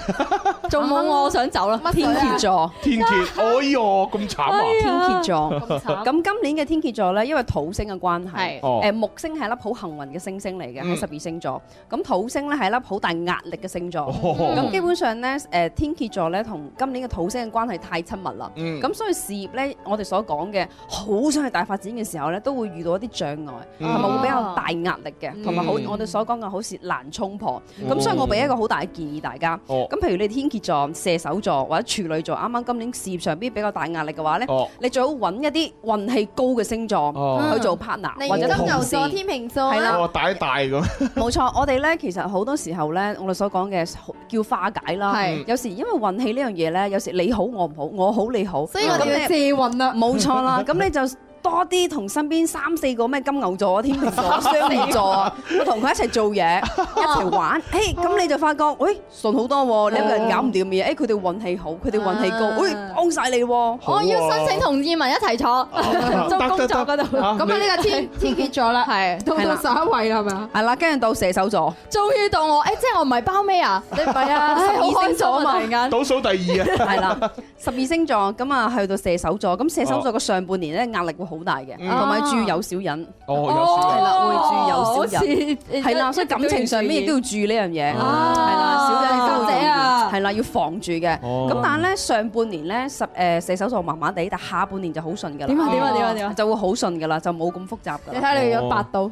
仲冇我想走啦。天蠍座。天蠍，哎呦咁慘啊！天蠍咁座，慘咁今年嘅天蠍座咧，因為土星嘅關係係，哦誒木星係粒好幸運嘅星星嚟嘅，嗯喺十二星座。咁土星咧係粒好大壓力嘅星座。哦嗯咁基本上咧，誒天蠍座咧同今年嘅土星嘅關係太親密啦。嗯咁所以事業咧，我哋所講嘅好想去大發展嘅時候咧，都會遇到一啲障礙，嗯同埋會比較大壓力嘅，同埋好嗯我哋所講嘅好似難衝破。哦咁所以我俾一個好大嘅建議大家。哦咁譬如你天蠍座、射手座啊或者處女座，啱啱今年事業上邊比較大壓力嘅話咧哦，你最好揾一啲運氣高嘅星座哦去做 partner 例或如者金同牛座、事。天秤座係啦哦大一大咁，冇錯，我哋咧其實好多時候咧，我哋所講嘅叫化解啦係。有時因為運氣呢樣嘢咧，有時你好我唔好，我好你好，所以我哋要借運啦。 冇錯啦，咁你就。多啲同身邊三四個咩金牛座啊、天秤座啊、雙魚座啊，我同佢一齊做嘢，一齊玩，誒咁你就發覺，誒順好多喎，你一個人搞唔掂嘅嘢，誒佢哋運氣好，佢哋運氣高，啊誒幫晒你喎。我要申請同志文一 齊坐，做工作嗰度。咁啊，呢個天天蝎座啦，係到係到啦十一位啦，係咪啊？係啦，跟住到射手座，終於到我，誒，即係我唔係包尾啊？你唔 係啊？十唉好二開星心座啊！啊嘛突然間。倒數第二啊，係啦，十二星座咁啊，去到射手座，咁射手座嘅上半年咧壓力會好大嘅，嗯同埋注意有小人，啊哦有小人係啦，會注意好有似小人，係啦，所以感情上面亦都要注意呢樣嘢，係啦，小人小姐啊係啦，要防住嘅。哦咁但係咧上半年咧十誒射手座麻麻地，但下半年就好順㗎啦。點啊點啊點啊點啊就會好順㗎啦，就冇咁複雜㗎啦。你睇你個樣八度，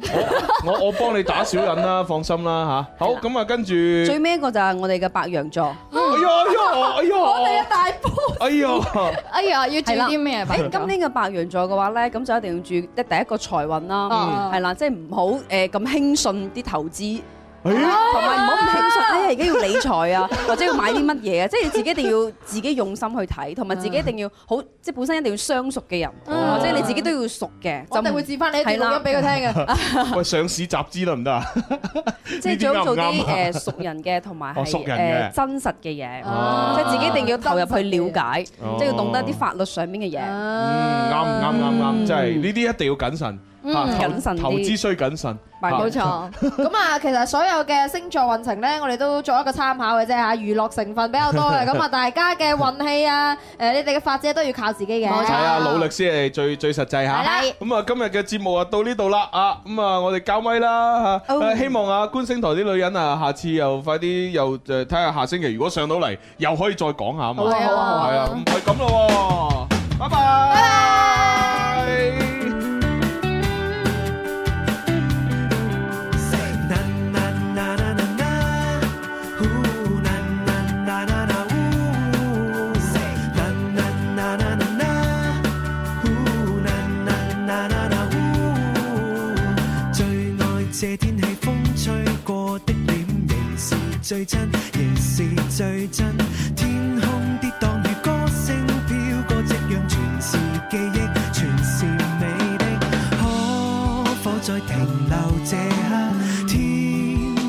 我我幫你打小人 啦，放心啦嚇。好，咁啊跟住，最尾一個就係我哋嘅白羊座。哎呀哎呀哎呀，嗯我哋一大波。哎呀，哎呀，要注注意意啲咩啊 白羊座哎今年嘅白羊座嘅話咧，咁就一定要注意一第一個財運啦嗯，係啦，即係唔好誒咁輕信啲投資。同埋唔好咁輕信，哎而家要理財啊， 或者要買啲乜嘢啊，即係你自己一定要自己用心去睇，同埋自己一定要好，即係本身一定要相熟嘅人，或者你自己都要熟嘅，嗯我哋會指翻你一段錄音俾佢聽 嘅。喂，上市集資得唔得啊？即係最好做呢啲啱啲唔啱啊誒熟人嘅同埋哦係熟人嘅誒真實嘅嘢，哦即係自己一定要投入去了解，哦即係要懂得一啲法律上面哦嘅嘢。嗯啱啱啱啱，真係呢啲一定要謹慎嗯嚇投謹慎啲投資需謹慎，冇嚇錯，咁啊，其實所有嘅星座運程咧，我哋都作一個參考嘅啫嚇，娛樂成分比較多嘅，咁啊，大家嘅運氣啊，誒，你哋嘅發展都要靠自己嘅。係啊，努力先係最最實際嚇。係啦咁啊，今日嘅節目啊到呢度啦啊，咁啊我哋交咪啦嚇。啊希望啊觀星台啲女人啊，下次又快啲又呃誒睇下下星期如果上到嚟，又可以再講下啊嘛。好啊好啊好啊係啊，咁係咁咯喎，拜拜。 Say, na na 这天氣風吹過的臉，仍是最真，仍是最真。天空跌宕如歌聲飄過，夕陽全是記憶，全是美的。可否再停留這刻？天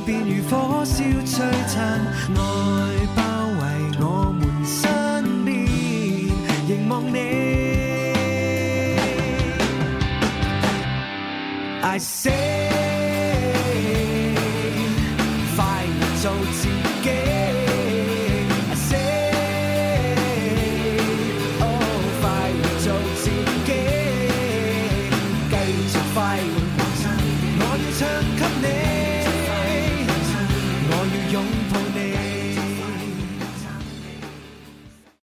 邊如火燒璀璨，愛包圍我們身邊，凝望你。I say，快活做自己。I say，哦，快活做自己，繼續快活，我要唱給你。